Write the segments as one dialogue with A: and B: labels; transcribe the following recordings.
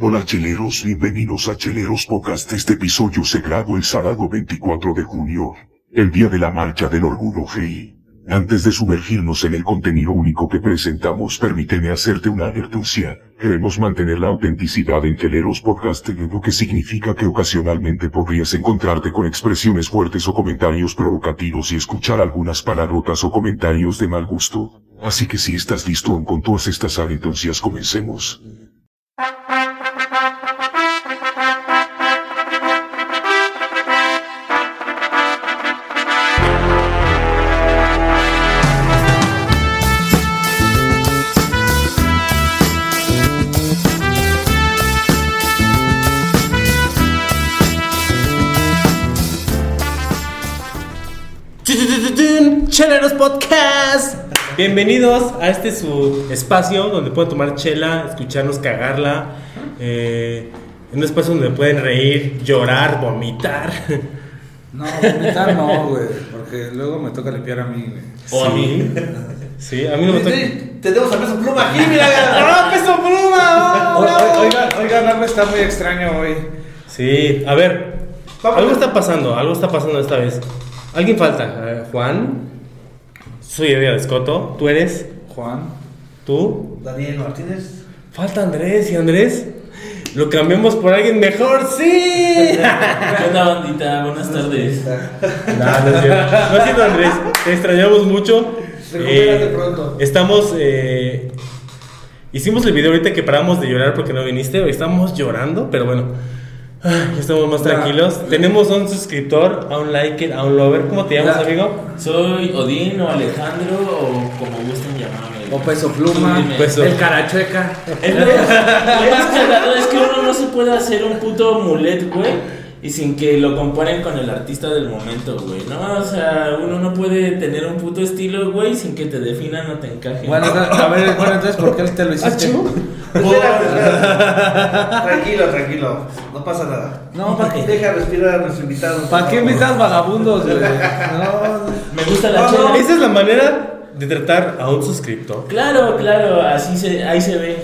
A: Hola cheleros, bienvenidos a Cheleros Podcast. Este episodio se grabó el sábado 24 de junio, el día de la marcha del orgullo GI. Antes de sumergirnos en el contenido único que presentamos, permíteme hacerte una advertencia. Queremos mantener la autenticidad en Cheleros Podcast, lo que significa que ocasionalmente podrías encontrarte con expresiones fuertes o comentarios provocativos y escuchar algunas palabrotas o comentarios de mal gusto. Así que si estás listo en con todas estas advertencias, comencemos.
B: Cheleros Podcast. Bienvenidos a este su espacio donde pueden tomar chela, escucharnos cagarla. eh, un espacio donde pueden reír, llorar, vomitar.
C: No, vomitar no, güey. Porque luego me toca limpiar a mí, güey.
B: O a mí. Sí, a mí no me toca.
D: Tenemos a peso pluma aquí, mira.
B: ¡Ah, peso pluma! ¡Oh, bravo!
C: O- Oiga, oigan, algo está muy extraño hoy.
B: Sí, a ver. Algo está pasando, algo está pasando esta vez. Alguien falta. Eh, Juan. Soy Edia de Escoto. ¿Tú eres?
C: Juan.
B: ¿Tú?
D: Daniel Martínez.
B: Falta Andrés y Andrés. Lo cambiamos por alguien mejor, sí.
E: ¿Qué onda, bandita? Buenas tardes.
B: No, no es cierto. No es cierto, Andrés. Te extrañamos mucho. Eh,
D: Recupérate pronto.
B: Estamos. eh, hicimos el video ahorita que paramos de llorar porque no viniste. Estamos llorando, pero bueno. ah, Ya estamos más
C: Ya.
B: tranquilos. Tenemos a un suscriptor, a un liker, a un lover. ¿Cómo te llamas,
C: Ya.
B: amigo?
E: Soy Odín o Alejandro o como gusten llamarme.
C: O peso pluma.
E: Tú dime.
B: Peso.
C: El carachueca.
E: Es lo, lo más cagado es que uno no se puede hacer un puto mulet, güey, y sin que lo comparen con el artista del momento, güey. No, o sea, uno no puede tener un puto estilo, güey, sin que te definan o te encajen.
C: Bueno, a a ver, bueno, entonces, ¿por qué te lo hiciste?
D: Espérate, espérate. Tranquilo, tranquilo. No pasa nada.
C: No, ¿para qué?
D: Deja respirar a nuestro invitado.
C: ¿Para qué invitas vagabundos, güey? No,
E: me gusta la
B: Ah,
E: chela.
B: Esa es la manera de tratar a un suscriptor.
E: Claro, claro, así se, ahí se ve.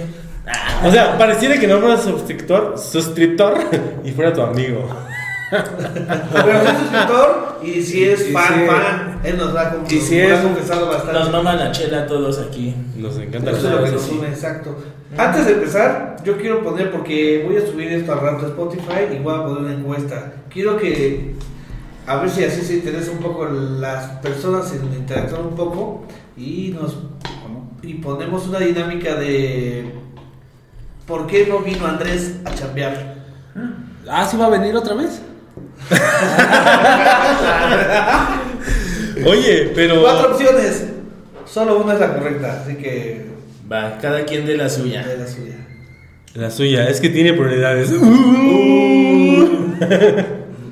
E: Ah,
B: O sea, pareciera que no fuera suscriptor, suscriptor y fuera tu amigo.
D: Pero si es escritor y si es
C: Y
D: fan,
C: si-
D: fan, él nos va a
C: y si es-
D: ha confesado bastante.
E: nos mama la chela a todos aquí.
B: Nos encanta la
D: Eso es lo que nos
B: sí.
D: une, exacto. Antes de empezar, yo quiero poner, porque voy a subir esto al rato a Spotify y voy a poner una encuesta. Quiero que, a ver si así se interesa un poco las personas en interactuar un poco y nos y ponemos una dinámica de por qué no vino Andrés a chambear.
C: Ah, ¿sí va a venir otra vez?
B: Oye, pero.
D: Cuatro opciones, solo una es la correcta, así que
E: Va, cada quien de la suya.
D: es la suya.
B: La suya, es que tiene prioridades. Uh.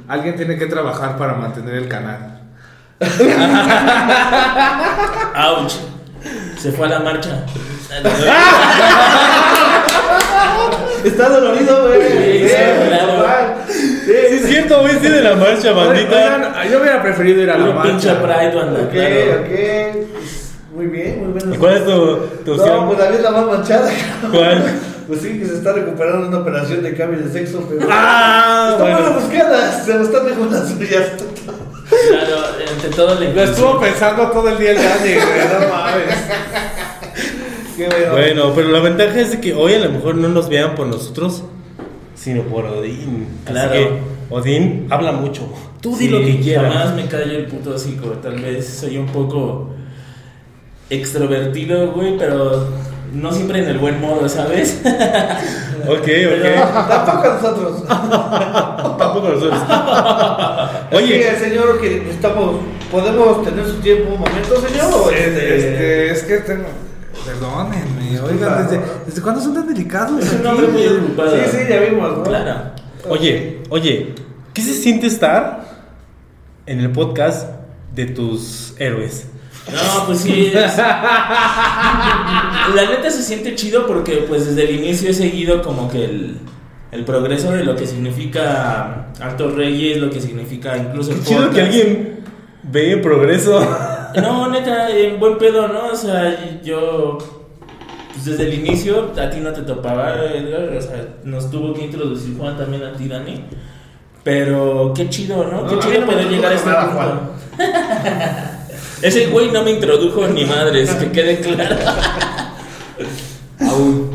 C: Alguien tiene que trabajar para mantener el canal.
E: Ouch. Se fue a la marcha.
D: Está dolorido, güey.
E: Sí,
D: Sí,
E: claro.
D: normal.
B: Sí, es cierto, hoy sí de la marcha, bandita.
C: Oigan, yo hubiera preferido ir a la
E: Un pinche
C: marcha.
E: Pride, banda.
D: Ok,
E: claro.
D: ok. Pues, Muy bien, muy bien.
B: ¿Y cuál es tu, tu
D: No, pues
B: opción?
D: la la más manchada. cabrón.
B: ¿Cuál?
D: Pues sí, que se está recuperando de una operación de cambio de sexo, pero.
B: Ah,
D: Están mal
B: bueno.
D: buscadas, se lo están dejando las suyas.
E: Claro, entre todo le
C: Lo estuvo pensando todo el día el Dani, güey. No mames.
D: Qué bueno.
B: Bueno, pero la ventaja es de que hoy a lo mejor no nos vean por nosotros, sino por Odín.
E: Claro.
B: Así que Odín habla mucho.
E: Tú
B: Sí,
E: di lo que quieras.
B: jamás.
E: Jamás me callo el puto hocico. Tal vez soy un poco extrovertido, güey, pero no siempre en el buen modo, ¿sabes?
B: Ok,
D: Tampoco a nosotros.
B: Ah, ok. Tampoco nosotros.
D: Oye,
B: Oye,
D: el señor que estamos. ¿Podemos tener su tiempo un momento, señor? O
C: Este, pues,
D: este.
C: es que tengo. Perdónenme,
D: Disculpa.
C: oigan, desde, ¿desde cuándo son tan delicados?
E: Es un
C: aquí?
E: hombre muy ocupado.
D: Sí, sí, ya vimos, ¿no?
E: Claro.
B: oye, oye. ¿Qué se siente estar en el podcast de tus héroes?
E: No, pues sí. es- La neta se siente chido porque pues desde el inicio he seguido como que el, el progreso de lo que significa Altos Reyes, lo que significa incluso el
B: Qué chido
E: podcast.
B: que alguien ve progreso.
E: No, neta, en buen pedo, ¿no? O sea, yo pues desde el inicio a ti no te topaba, Edgar, o sea, nos tuvo que introducir Juan también a ti, Dani. Pero qué chido, ¿no?
D: No,
E: qué
D: a mí
E: chido
D: no me
E: poder
D: tuvo
E: llegar a
D: que
E: este
D: nada,
E: punto.
D: Juan.
E: Ese güey no me introdujo ni madres, que quede claro.
C: Aún.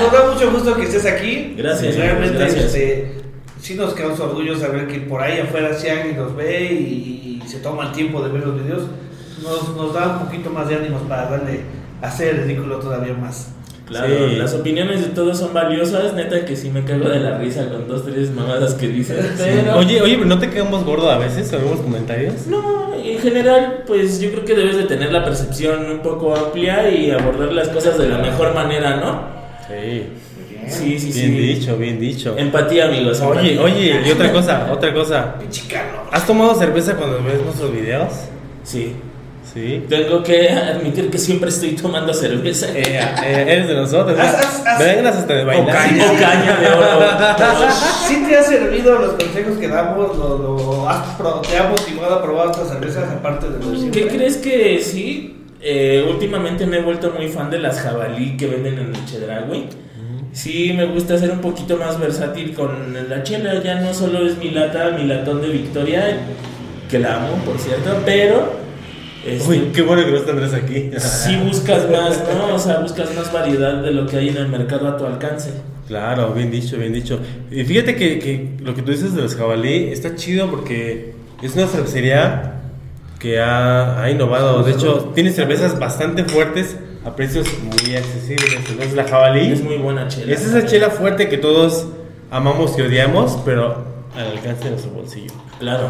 D: Nos da mucho gusto que estés aquí. Pues
E: Gracias,
D: Realmente,
E: gracias.
D: este, sí nos causa orgullo saber que por ahí afuera si alguien nos ve y, y se toma el tiempo de ver los videos. Nos, nos da un poquito más de ánimos para darle a hacer el ridículo todavía más.
E: Claro,
B: Sí.
E: las opiniones de todos son valiosas, neta que sí me cago de la risa con dos, tres mamadas que dicen. Pero,
B: Oye, oye, ¿no te quedamos gordo a veces? ¿Algunos comentarios?
E: No, en general, pues yo creo que debes de tener la percepción un poco amplia y abordar las cosas de la mejor manera, ¿no?
B: Sí.
E: Sí, sí,
B: Bien
E: sí.
B: dicho, bien dicho. Pues
E: Empatía, amigos.
B: Em, Oye,
E: empatía.
B: oye, y otra cosa, otra cosa.
D: Pinche calor.
B: ¿Has tomado cerveza cuando ves nuestros videos?
E: Sí,
B: Sí.
E: tengo que admitir que siempre estoy tomando cerveza.
B: Eh, eh, eres de nosotros.
D: Haz- haz- haz-
B: Me dan ganas hasta de
E: o,
B: bailar.
E: caña, o caña de oro.
D: ¿Sí te ha servido los consejos que damos? Lo, lo has pro- ¿Te ha motivado a probar otras cervezas aparte de lo de siempre?
E: ¿Qué crees que sí? Eh, últimamente me he vuelto muy fan de las jabalí que venden en el Chedra, güey. Sí, me gusta ser un poquito más versátil con la chela. Ya no solo es mi lata, mi latón de Victoria, que la amo, por cierto, pero. este,
B: Uy, qué bueno que no está Andrés aquí.
E: sí buscas más, ¿no? O sea, buscas más variedad de lo que hay en el mercado a tu alcance.
B: Claro, bien dicho, bien dicho. Y fíjate que, que lo que tú dices de los jabalí está chido porque es una cervecería que ha, ha innovado. De hecho, tiene cervezas bastante fuertes a precios muy accesibles. Entonces, la jabalí
E: Es muy buena chela.
B: es esa chela fuerte que todos amamos y odiamos, pero al alcance de nuestro bolsillo.
E: Claro.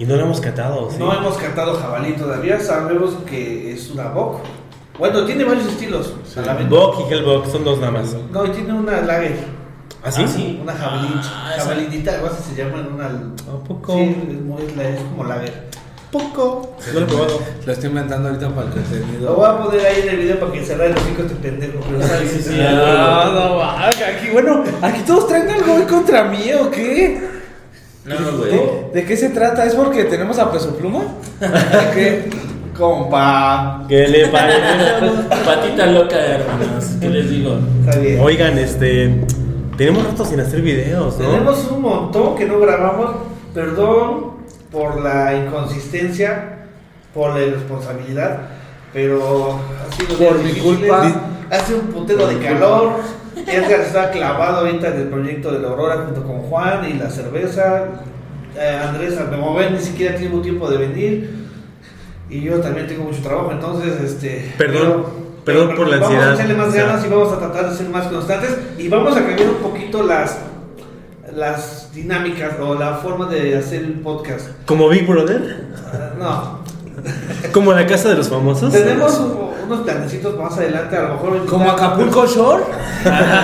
B: Y no la hemos catado, ¿sí?
D: No hemos catado jabalí todavía, sabemos que es una boc. Bueno, tiene varios estilos. a la vez.
B: Bock y Hellbock son dos nada más.
D: No, y tiene una lager,
B: ¿Ah, sí?
E: Ah, sí.
D: una jabalí,
E: Ah, esa-
D: jabalidita, algo así se llama en una...
B: ¿A poco?
D: Sí, es, muy- es la- es como lager.
B: Poco. No lo he probado.
C: Lo estoy inventando ahorita para el
D: Lo
C: contenido.
D: voy a poner ahí en el video para que se vea los chicos este pendejo. pero sabe
E: Sí,
D: que-
E: sí, ah, no,
C: aquí, bueno, aquí todos traen algo hoy contra mí o qué?
E: No, güey.
C: ¿De, de qué se trata? ¿Es porque tenemos a Peso Pluma? ¿De ¿Qué? Compa.
B: ¿Qué le parece?
E: Patita loca, hermanos. ¿Qué les digo?
D: Está bien.
B: Oigan, este. Tenemos rato sin hacer videos, ¿no?
D: Tenemos un montón que no grabamos. Perdón por la inconsistencia, por la irresponsabilidad, pero ha sido
C: Por
D: días
C: mi
D: difíciles.
C: culpa.
D: Hace un putero de calor. Edgar está clavado ahorita en el proyecto de la Aurora junto con Juan y la cerveza. Eh, Andrés, como ven, ni siquiera tuvo tiempo de venir. Y yo también tengo mucho trabajo, entonces, este.
B: Perdón, perdón por la
D: vamos
B: ansiedad.
D: a echarle
B: O
D: más
B: sea.
D: ganas y vamos a tratar de ser más constantes. Y vamos a cambiar un poquito las, las dinámicas o la forma de hacer el podcast.
B: Como Big Brother,
D: Ah, No.
B: como la casa de los famosos.
D: Tenemos un- unos planecitos más adelante, a lo mejor. invitar-
C: ¿Como Acapulco Shore?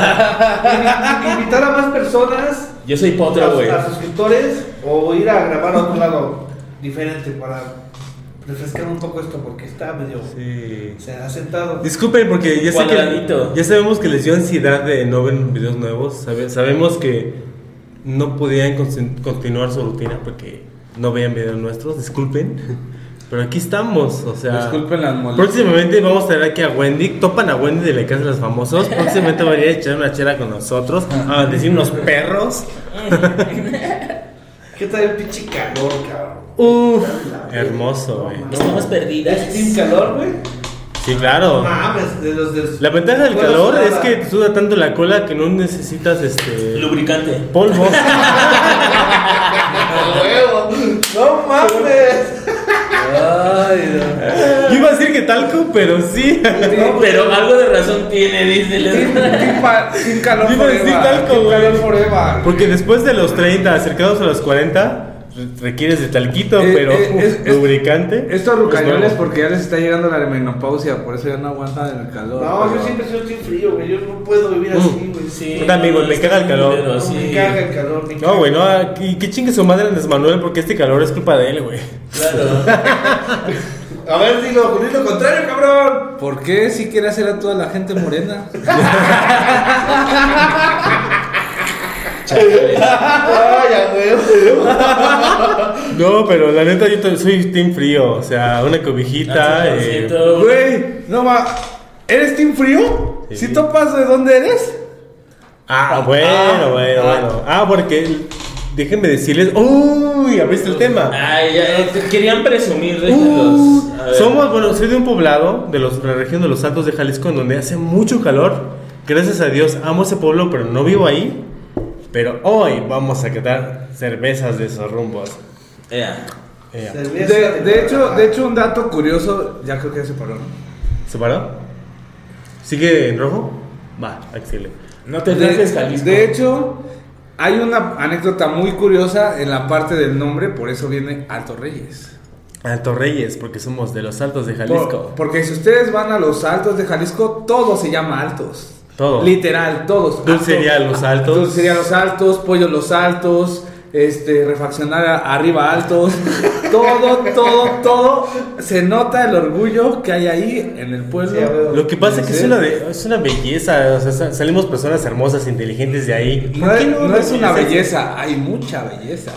D: invi- Invitar a más personas.
E: Yo soy potra,
D: a,
E: güey.
D: a suscriptores o ir a grabar a otro lado diferente para refrescar un poco esto porque está medio
B: Sí.
D: se ha sentado.
B: Disculpen porque ya sé que
E: Cuadradito.
B: ya sabemos que les dio ansiedad de no ver videos nuevos. Sabe- sabemos que no podían con- continuar su rutina porque no veían videos nuestros. Disculpen. Pero aquí estamos, o sea.
C: Disculpen las molestias.
B: Próximamente vamos a tener aquí a Wendy. Topan a Wendy de la Casa de los Famosos. Próximamente va a ir a echar una chela con nosotros. A decir unos perros.
D: ¿Qué tal el pinche calor, cabrón?
B: Uf, hermoso, güey.
E: Estamos perdidas.
D: ¿Es team calor, güey?
B: Sí, claro.
D: Mames, de los de
B: La ventaja del
D: Bueno,
B: calor
D: sudada.
B: es que te suda tanto la cola que no necesitas este
E: Lubricante.
B: polvo.
D: No mames.
C: Ay,
B: Yo iba a decir que talco, pero sí.
C: no.
D: pues,
E: Pero algo de razón tiene, dice
C: Sin,
E: el-
C: calor
B: Yo iba a decir
C: forever.
B: talco,
C: Sin
B: güey.
C: calor forever.
B: Porque después de los 30, acercados a los 40, re- requieres de talquito,
C: Eh,
B: pero
C: eh,
B: uf,
C: es- es-
B: lubricante.
C: Estos rucañones
B: Pues, bueno.
C: porque ya les está llegando la menopausia, por eso ya no aguantan el calor.
D: No, yo
C: pero-
D: siempre soy team frío, güey. Yo no puedo
B: Mm.
D: vivir así, güey.
E: Sí,
B: Puta, amigo,
E: no,
B: me
E: está
B: caga el
E: muy
B: calor.
E: culero,
D: No,
E: sí.
D: Me caga el calor, me caga.
B: No, güey, no, y que chingue su madre Andrés Manuel porque este calor es culpa de él, güey.
E: Claro.
D: A ver, digo, por lo contrario, cabrón.
C: ¿Por qué si quiere hacer a toda la gente morena?
D: Ay, a huevo.
B: No, pero la neta yo to- soy team frío, o sea, una cobijita.
E: Ah, sí,
B: eh,
E: sí, todo.
C: Güey, no va. ¿Eres Team Frío?
B: Sí.
C: ¿Si topas de dónde eres?
B: Ah, bueno, bueno,
C: ah.
B: bueno. Ah, porque déjenme decirles. Uy, abriste el tema.
E: Ay, ya, te- querían presumir,
B: Uh,
E: Ah, déjenlos. A ver.
B: somos, bueno, soy de un poblado de, los, de la región de los Santos de Jalisco en donde hace mucho calor. Gracias a Dios amo ese pueblo, pero no vivo ahí. Pero hoy vamos a quedar cervezas de esos rumbos. Eh,
E: Ea.
B: Ea.
C: De,
D: Cerveza
C: de hecho,
D: temporada.
C: de hecho, un dato curioso, ya creo que ya se paró. ¿no?
B: ¿Se paró? ¿Sigue en rojo? Va, excelente.
E: No te
C: De,
E: dejes Jalisco.
C: de hecho, hay una anécdota muy curiosa en la parte del nombre, por eso viene Alto Reyes.
B: Alto Reyes, porque somos de los Altos de
C: Por-
B: Jalisco.
C: porque si ustedes van a los altos de Jalisco, todo se llama altos.
B: Todo.
C: Literal, todos.
B: Dulcería
C: Altos.
B: Los Altos.
C: Dulcería los altos, pollo los altos, este, refaccionar a- arriba altos. todo, todo, todo. Se nota el orgullo que hay ahí en el pueblo.
D: Sí, a ver.
B: Lo que pasa es que es
C: Sí.
B: una, de- es una belleza, o sea, sa- salimos personas hermosas, inteligentes de ahí.
C: No,
B: ¿Por qué
C: es- no es una
B: bellezas?
C: belleza, hay mucha belleza.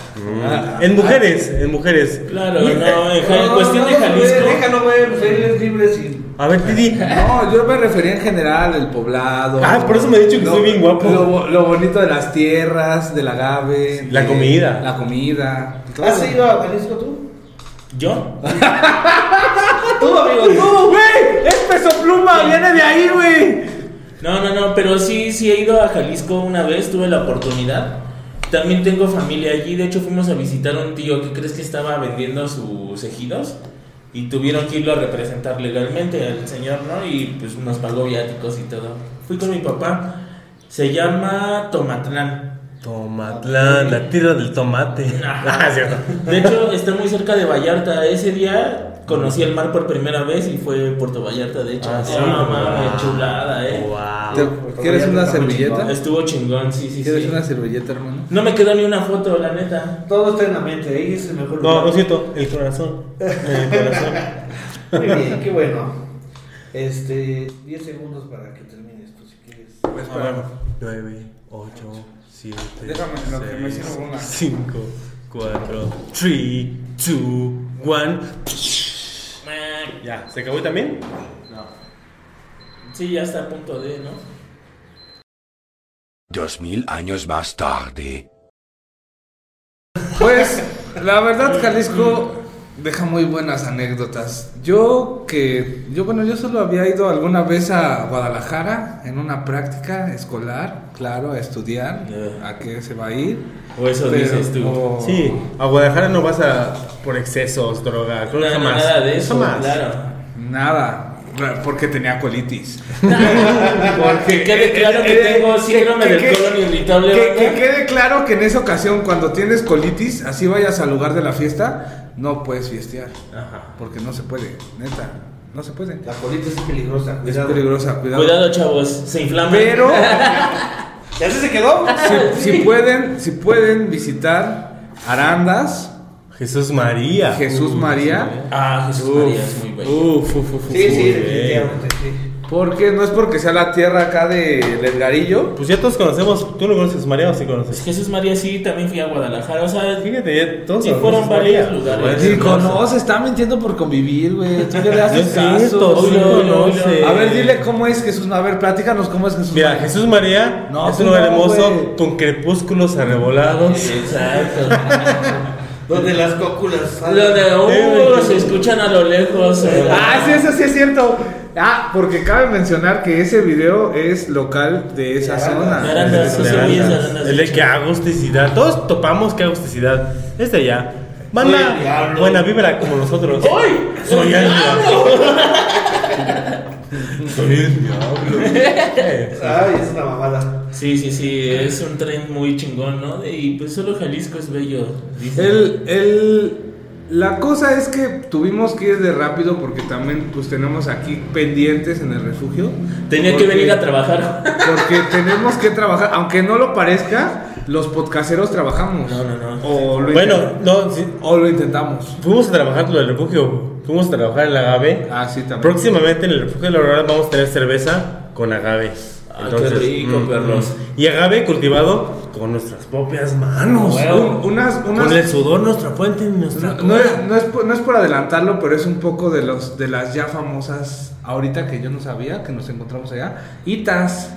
C: Ah,
B: Mm. En mujeres, en mujeres. eh,
E: Claro, no, en, Ja- en
D: No,
E: cuestión
D: no,
E: de
D: no, güey,
E: Jalisco.
D: Déjalo, güey, pues él es libre sin.
B: A ver, Didi.
C: No, yo me refería en general al poblado.
B: Ah, por eso me he dicho que soy bien guapo.
C: Lo, lo bonito de las tierras, del agave.
B: La
C: de-
B: comida.
C: La comida. todo.
D: ¿Has ido a Jalisco tú?
E: ¿Yo?
D: Tú, amigo, tú.
C: ¡No, güey! ¡Es peso pluma! ¡Viene de ahí, güey!
E: No, no, no, pero sí, sí he ido a Jalisco una vez, tuve la oportunidad. También tengo familia allí, de hecho fuimos a visitar a un tío que crees que estaba vendiendo sus ejidos y tuvieron que irlo a representar legalmente al señor, ¿no? Y pues nos pagó viáticos y todo. Fui con mi papá, se llama Tomatlán.
B: Tomatlán, la tierra del tomate. Ah, es cierto.
E: De hecho, está muy cerca de Vallarta. Ese día conocí el mar por primera vez y fue Puerto Vallarta, de hecho.
B: Ah, sí.
E: No, mames,
B: Wow.
E: chulada, eh.
B: Wow.
C: ¿Te- ¿Quieres una servilleta?
E: Estuvo chingón, sí, sí,
C: ¿Quieres
E: sí.
C: una servilleta, hermano?
E: No me quedó ni una foto, la neta.
D: Todo está en la mente, ahí es el mejor
B: No,
D: lugar.
B: no es cierto, el corazón. El corazón.
D: Muy bien, qué bueno. Este, 10 segundos para que termines, tú si quieres.
B: A ver, 9, 8, 7,
C: Déjame en lo que me sirvo una.
B: 5, 4, 3, 2, 1. Ya, ¿se acabó también?
E: Sí, ya está a punto de, ¿no?
F: Dos mil años más tarde.
C: Pues, la verdad, Jalisco deja muy buenas anécdotas. Yo que, yo bueno, yo solo había ido alguna vez a Guadalajara en una práctica escolar, claro, a estudiar,
E: Ya.
C: a qué se va a ir.
E: O eso
C: Pero-
E: dices tú.
C: o-
B: Sí, a Guadalajara no vas a por excesos, droga,
E: No, no,
B: jamás.
E: nada de eso,
B: jamás.
E: claro.
C: Nada, porque tenía colitis.
E: que quede claro que
C: Eh, eh,
E: tengo síndrome
C: que-
E: del
C: que-
E: colon irritable.
C: Que, que
E: ¿verdad?
C: quede claro que en esa ocasión, cuando tienes colitis, así vayas al lugar de la fiesta, no puedes fiestear.
E: Ajá.
C: Porque no se puede, neta. No se puede.
D: La colita es peligrosa,
C: Es
D: cuidado.
C: peligrosa, cuidado.
E: Cuidado, chavos, se inflama.
C: Pero
D: ¿Ya se se quedó?
C: si, si pueden, si pueden visitar Arandas,
B: Jesús María.
C: Jesús
B: Uh,
C: María,
E: Ah, Jesús
B: Uf,
E: María es muy bello.
B: uf, uf, uf,
D: Sí,
B: uf,
D: sí,
B: uf,
D: definitivamente, sí.
B: eh.
C: porque no es porque sea la tierra acá de Edgarillo.
B: Pues ya todos conocemos, ¿tú no conoces María o sí conoces?
E: Pues Jesús María sí, también fui a Guadalajara. O sea,
B: Fíjate, ya todos
E: Sí,
B: conocemos
E: fueron
B: María.
E: varios lugares.
B: Sí,
C: Sí, conoce, está mintiendo por convivir, güey. ¿Tú qué le
B: No
C: haces
B: es
C: caso?
B: cierto, sí
E: Oilo, oilo,
B: conoce.
E: oilo.
C: A ver, dile cómo es Jesús. A ver, platícanos cómo es Jesús.
B: Mira,
C: María.
B: Jesús María
C: No,
B: es
C: tú
B: un lugar
C: no,
B: hermoso
C: güey.
B: con crepúsculos arrebolados.
E: Exacto.
D: Donde las cóculas salen.
E: Donde
B: Eh,
E: uh,
B: güey.
E: se escuchan a lo lejos. eh.
C: Ah, sí, eso sí es cierto. Ah, porque cabe mencionar que ese video es local de esa zona.
E: de Arandas, sí, sí, sí, sí, sí, sí.
B: El de que agusticidad. Todos topamos que agusticidad. Es de allá.
D: Soy el
B: Manda
D: diablo.
B: buena vibra como nosotros.
E: ¡Ay!
B: Soy el diablo. Soy el diablo.
D: Ay, es una mamada.
E: Sí, sí, sí, es un tren muy chingón, ¿no? De- Y pues solo Jalisco es bello. dice.
C: El, el- la cosa es que tuvimos que ir de rápido porque también pues tenemos aquí pendientes en el refugio.
E: Tenía que
C: Porque-
E: venir a trabajar.
C: Porque tenemos que trabajar, aunque no lo parezca, los podcasteros trabajamos.
E: No, no, no.
C: O lo,
B: Bueno,
C: intent-
B: no, sí,
C: o lo intentamos.
B: fuimos a trabajar con el refugio. Fuimos a trabajar en la agave.
C: Ah, sí, también.
B: Próximamente en el refugio de la Aurora vamos a tener cerveza con agave. mm,
E: Ay, qué rico, perros.
B: Y agave cultivado con nuestras propias manos.
E: Huevo.
C: Un- unas, unas,
B: Con el sudor, nuestra fuente y nuestra.
C: No, no es, no es por, no es por adelantarlo, pero es un poco de los de las ya famosas ahorita que yo no sabía, que nos encontramos allá. Itas.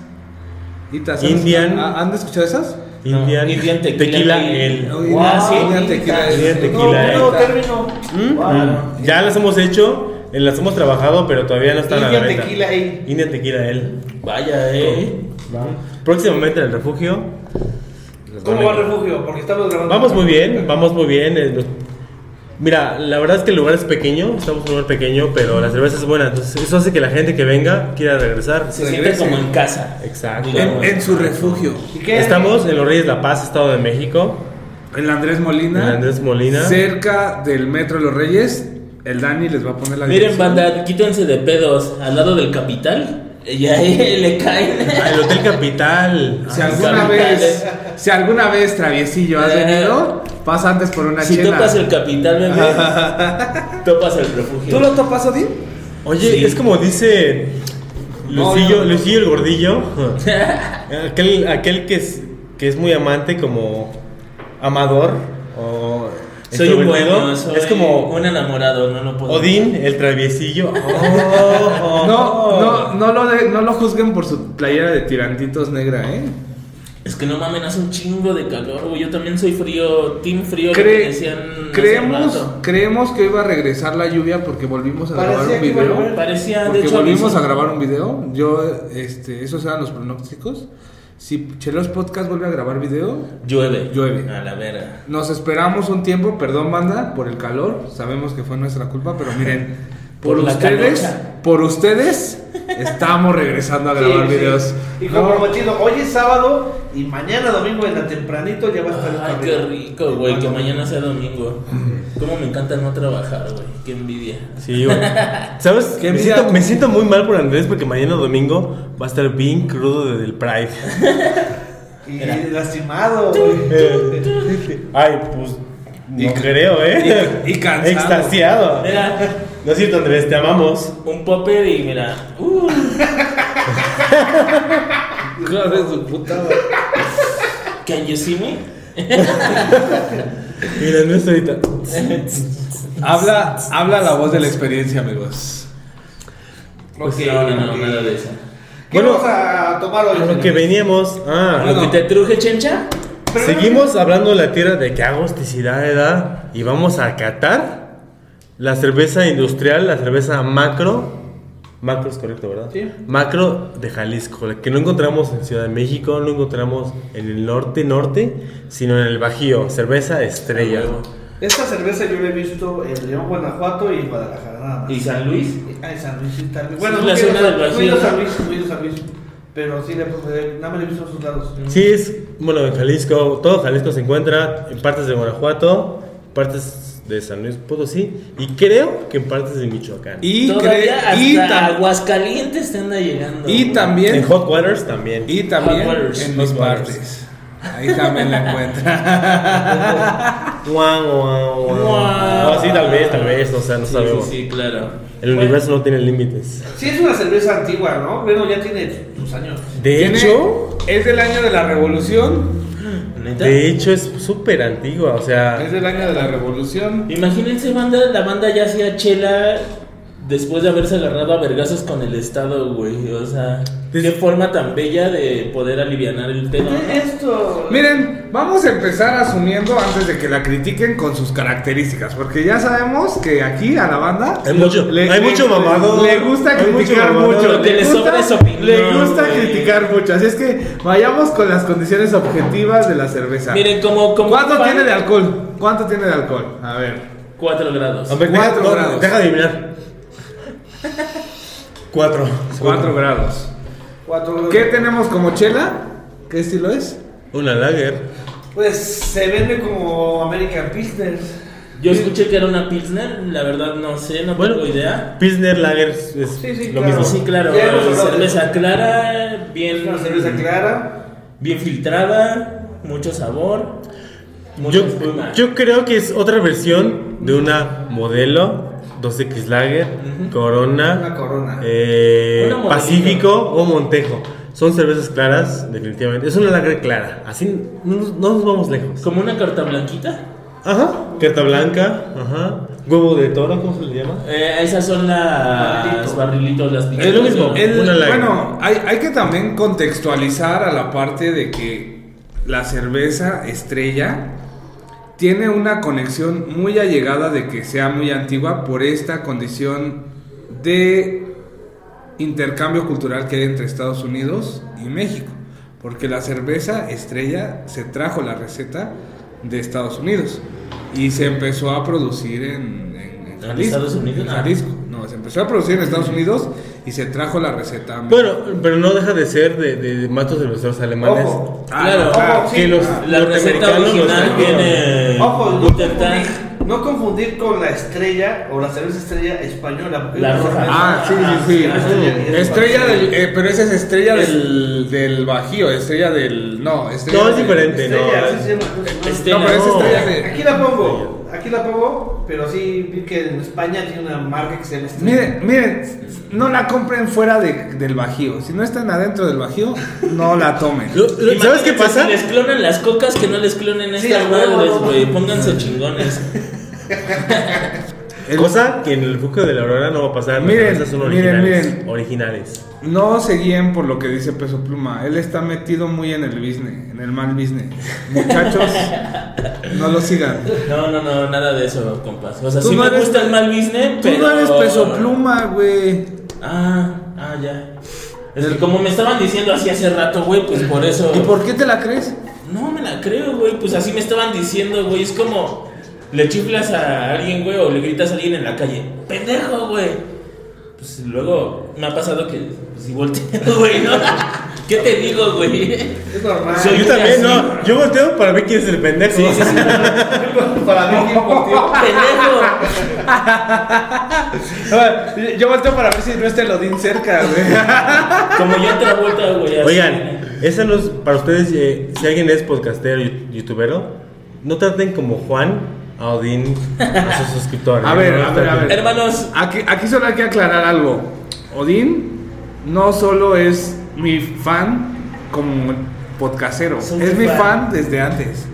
C: Itas.
B: Indian.
C: ¿Han, han escuchado esas?
B: Indian,
E: Indian tequila
B: tequila,
E: ale.
B: el.
C: No,
D: Wow,
C: Indian, sí, Indian
D: Itas.
C: tequila.
B: Indian
C: es-
B: tequila.
D: No, nuevo
C: Itas.
D: término.
B: Mm,
D: Wow.
B: mm. Ya las hemos hecho, eh, las hemos trabajado, pero todavía no están a la
D: Indian
B: venta.
D: Tequila Ale.
B: Indian Tequila él.
E: Vaya, eh.
B: Próximamente en el refugio.
D: ¿Cómo va el refugio? Porque estamos grabando.
B: Vamos muy bien, vamos muy bien. eh, nos- Mira, la verdad es que el lugar es pequeño, estamos en un lugar pequeño, pero la cerveza es buena, entonces eso hace que la gente que venga quiera regresar.
E: Se siente como en casa.
B: Exacto.
E: Digamos.
C: En, en su refugio.
D: ¿Y qué?
B: Estamos en Los Reyes La Paz, Estado de México.
C: El Andrés Molina.
D: ¿Ah?
B: El Andrés Molina.
C: Cerca del Metro de los Reyes. El Dani les va a poner la
E: Miren,
C: dirección.
E: banda, quítense de pedos. Al lado del capital, y ahí le caen.
B: El Hotel Capital.
C: Si alguna
E: Capitales.
C: vez, si alguna vez traviesillo has
E: Eh.
C: venido, pasa antes por una
E: Si
C: chela.
E: topas el capital, bebé, topas el refugio.
D: ¿Tú lo topas, Odín?
B: Oye,
E: Sí.
B: es como dice Lucillo, Lucillo el gordillo. aquel, aquel que es que es muy amante como amador o
E: Soy un
B: extrovertido.
E: bueno, soy
B: es como
E: un enamorado, no lo puedo.
B: Odín el traviesillo. Oh.
C: No, no, no lo, de- no lo juzguen por su playera de tirantitos negra, ¿eh?
E: Es que no mamen, hace un chingo de calor, güey. Yo también soy frío, team frío, lo
C: Cre-
E: que decían. hace
C: creemos,
E: rato.
C: creemos que iba a regresar la lluvia porque volvimos a
D: Parecía
C: grabar un
D: que iba a
C: video.
D: llover.
E: Parecía, de
C: Porque
E: hecho.
C: volvimos
E: avisó-
C: a grabar un video. Yo, este, esos eran los pronósticos. Si Chelos Podcast vuelve a grabar video,
E: Llueve.
C: Llueve.
E: A la verga.
C: nos esperamos un tiempo. Perdón, banda, por el calor. Sabemos que fue nuestra culpa, pero miren, por,
E: Por la
C: ustedes,
E: canocha.
C: por ustedes, estamos regresando a grabar
D: Sí, sí.
C: videos.
D: Y
C: No,
D: como prometido, hoy es sábado y mañana domingo en la tempranito ya va a estar el
E: Ay, qué
D: partido.
E: rico, güey, que mañana sea domingo. Cómo me encanta no trabajar, güey. Qué envidia.
B: Sí, güey. ¿Sabes?
C: Qué
B: Me
C: envidia.
B: siento, me siento muy mal por Andrés porque mañana domingo va a estar bien crudo desde el Pride.
D: Y lastimado,
B: Eh,
D: güey.
B: Ay, pues no creo, ¿eh?
C: Y- y cansado.
B: Extasiado.
E: Era
B: No es cierto, Andrés, te amamos.
E: un popper y mira. Uh,
C: hijo de su puta madre.
E: can you see me?
B: Mira, no es ahorita.
C: Habla, habla la voz de la experiencia, amigos.
E: Ok, Pues no, no, nada de eso.
D: ¿Qué
B: Bueno,
D: vamos a tomar hoy?
B: A lo que
D: señores?
B: veníamos. Ah,
E: Lo que te truje, chencha.
D: Pero-
B: seguimos hablando de la tierra de que agosticidad edad y vamos a catar la cerveza industrial, la cerveza macro. Macro es correcto, ¿verdad?
D: Sí.
B: Macro de Jalisco, la que no encontramos en Ciudad de México, no encontramos en el norte, norte, sino en el Bajío, cerveza estrella.
E: A huevo.
D: Esta cerveza yo la he visto en León, Guanajuato y en Guadalajara nada más.
E: ¿Y San Luis?
D: Ah, en San Luis sí, tal vez.
E: Sí,
D: Bueno,
E: la
D: no quiero
E: zona
D: San-
E: del
D: no he ido a
E: Brasil.
D: San Luis, no he ido a San Luis. Pero sí, le he- nada más le he visto a sus lados.
B: Sí, es, bueno, en Jalisco, todo Jalisco se encuentra, en partes de Guanajuato, partes de San Luis Potosí, y creo que en partes de Michoacán.
C: Y, cre-
E: Todavía hasta
C: y, tam-
E: Aguascalientes te anda llegando.
C: y
E: güey.
B: en
C: también,
B: Hot Waters también.
C: y también
E: Hot waters,
C: en
B: hot
C: mis
B: waters.
C: partes. Ahí también la encuentran.
B: Guau, guau, guau. No,
E: Guau.
B: Oh, sí, tal vez, tal vez, o sea, no
E: Sí,
B: sabemos.
E: Sí, sí, claro.
B: El universo no tiene límites.
D: Sí, es una cerveza antigua, ¿no? Bueno, ya tiene sus años.
B: De
C: Tiene-
B: hecho,
C: es del año de la revolución.
E: ¿Neta?
B: de hecho es súper antigua, o
C: Es
B: sea,
C: del año de la revolución.
E: Imagínense, banda, la banda ya hacía chela después de haberse agarrado a vergazos con el Estado, güey. O sea, qué forma tan bella de poder alivianar el pedo. ¿no?
D: ¿Qué es esto?
C: Miren, vamos a empezar asumiendo antes de que la critiquen con sus características, porque ya sabemos que aquí a la banda
B: Hay mucho- hay mucho mamado.
C: Le gusta
B: Hay mucho
C: criticar
B: mamado.
C: mucho,
E: Lo que
C: le
E: le
C: gusta,
E: sobra es opinión,
C: le gusta
E: güey.
C: criticar mucho, así es que vayamos con las condiciones objetivas de la cerveza.
E: Miren, como. como
C: ¿Cuánto
E: fan-
C: tiene de alcohol? ¿Cuánto tiene de alcohol? A ver.
E: Cuatro grados.
B: a ver,
C: Cuatro
B: deja,
C: grados.
B: deja de adivinar. Cuatro.
C: 4 grados.
D: Cuatro-
C: ¿Qué tenemos como chela? ¿Qué estilo es?
B: Una lager.
D: Pues se vende como American Business.
E: Yo escuché que era una Pilsner, la verdad no sé, no
B: Bueno.
E: tengo idea.
B: Pilsner lager es es
D: Sí, sí,
B: lo
E: Sí,
D: claro.
B: mismo.
E: sí, claro.
D: Ya hemos hablado de
E: cerveza
D: eso.
E: clara,
D: Es
E: bien,
D: una cerveza clara.
E: bien filtrada, mucho sabor. mucha espuma.
B: Yo, yo creo que es otra versión de una modelo 2X Lager, Corona,
D: Una Corona.
B: eh,
E: Una modelito.
B: Pacífico o Montejo. Son cervezas claras, definitivamente. Es una lager clara, así no, nos- no nos vamos lejos.
E: Como una carta blanquita.
B: Ajá, carta blanca, ajá. huevo de toro, ¿cómo se le llama?
E: Eh, esas son las
D: Barrilito.
E: barrilitos, las
B: Es lo mismo.
E: picadas.
C: El-
B: Una laguna.
C: bueno, hay, hay que también contextualizar a la parte de que la cerveza estrella tiene una conexión muy allegada de que sea muy antigua por esta condición de intercambio cultural que hay entre Estados Unidos y México. Porque la cerveza estrella se trajo la receta de Estados Unidos y se empezó a producir en, en- en Jalisco.
E: Estados Unidos?
C: en
E: Ah.
C: Jalisco. No, se empezó a producir en Estados Unidos y se trajo la receta. a México.
B: Bueno, pero no deja de ser de, de, de matos de nuestros alemanes.
D: Ojo.
C: Ah,
E: claro,
D: ojo,
B: que
D: sí.
B: los
E: La receta
B: norteamericanos
E: original
B: los-
E: viene
D: Ojo, no
E: Guten Tag.
D: confundir, no confundir con la estrella o la cerveza estrella española. porque
E: La
D: es una
E: roja.
D: cerveza-
C: Ah, sí, sí, sí.
D: Ah, sí.
C: Estrella del. eh, pero esa es estrella del, del Bajío, estrella del. No, estrella.
B: No, es
C: del-
B: diferente.
D: Estrella,
B: No,
D: así se llama.
E: Estela,
C: No, pero es
E: no.
C: estrella de-
D: Aquí la pongo, aquí la pongo, pero sí vi que en España tiene una marca que se llama Estrella.
C: Miren, miren, no la compren fuera de- del Bajío. Si no están adentro del Bajío, no la tomen.
B: Lo- lo- ¿Sabes qué
E: Imagínense
B: pasa?
E: Si les clonan las cocas, que no les clonen
D: Sí,
E: estas
D: a huevo,
E: madres,
D: no, no.
E: güey. Pónganse chingones.
C: El-
B: Cosa que en el buque de la aurora no va a pasar. las
C: Miren,
B: cervezas son
C: miren,
B: originales.
C: miren.
B: Originales.
C: No se guíen por lo que dice Peso Pluma. Él está metido muy en el business, en el mal business. Muchachos, no lo sigan.
E: No, no, no, nada de eso, compas. O sea,
C: Tú
E: sí
C: no
E: me
C: eres-
E: gusta el mal business,
C: Tú
E: pero.
C: no eres Peso Pluma, güey.
E: Ah, ah, ya. Es que como me estaban diciendo así hace rato, güey, pues por eso.
C: ¿Y por qué te la crees?
E: No me la creo, güey. Pues así me estaban diciendo, güey. Es como le chiflas a alguien, güey, o le gritas a alguien en la calle. ¡Pendejo, güey! Pues luego me ha pasado que si volteo, güey, ¿no? ¿Qué te digo, güey?
D: Es normal.
E: Soy
B: Yo
E: Yo
B: también,
E: también,
B: no. Yo volteo para ver quién es el pendejo.
E: Sí, sí, sí.
D: Para mí, qué importante.
E: ¡Pendejo!
C: Yo volteo para ver si no está el Odín cerca, güey.
E: Como yo te vuelta, güey. así.
B: Oigan, esa no es para ustedes. eh, si alguien es podcastero, yu- youtubero, no traten como Juan a Odín a sus suscriptores.
C: A ver,
B: No
C: a
B: los
C: ver, a
B: traten.
C: ver.
E: Hermanos,
C: Aquí, aquí solo hay que aclarar algo. Odín no solo es mi fan como podcastero,
E: Soy
C: es
E: tu
C: mi
E: fan.
C: fan desde antes.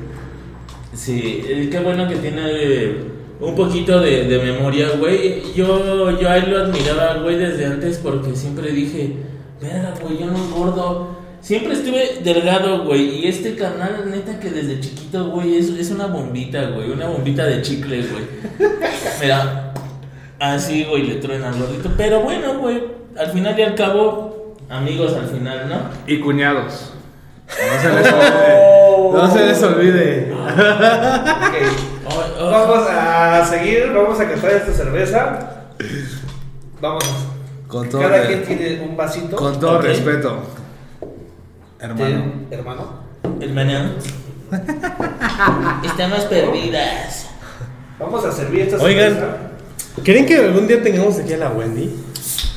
E: Sí, eh, qué bueno que tiene eh, un poquito de, de memoria, güey. Yo, yo ahí lo admiraba, güey, desde antes porque siempre dije, verga, güey, yo no engordo. Siempre estuve delgado, güey. Y este canal, neta, que desde chiquito, güey, es, es una bombita, güey. Una bombita de chicle, güey. Mira, así, güey, le truena al gordito. Pero bueno, güey, al final y al cabo, amigos al final, ¿no?
C: Y cuñados. No se les olvide. No se les olvide.
D: Ok.
E: Oh, oh,
D: Vamos a seguir, vamos a catar esta cerveza. Vamos.
C: Con todo,
D: Cada
C: re-
D: quien tiene un vasito.
C: con todo
E: Ok.
C: respeto.
D: Te-
C: Hermano.
D: hermano.
E: el mañana. Estamos perdidas.
D: Vamos a servir esta
B: Oigan.
D: cerveza.
B: ¿Creen que algún día tengamos aquí a la Wendy?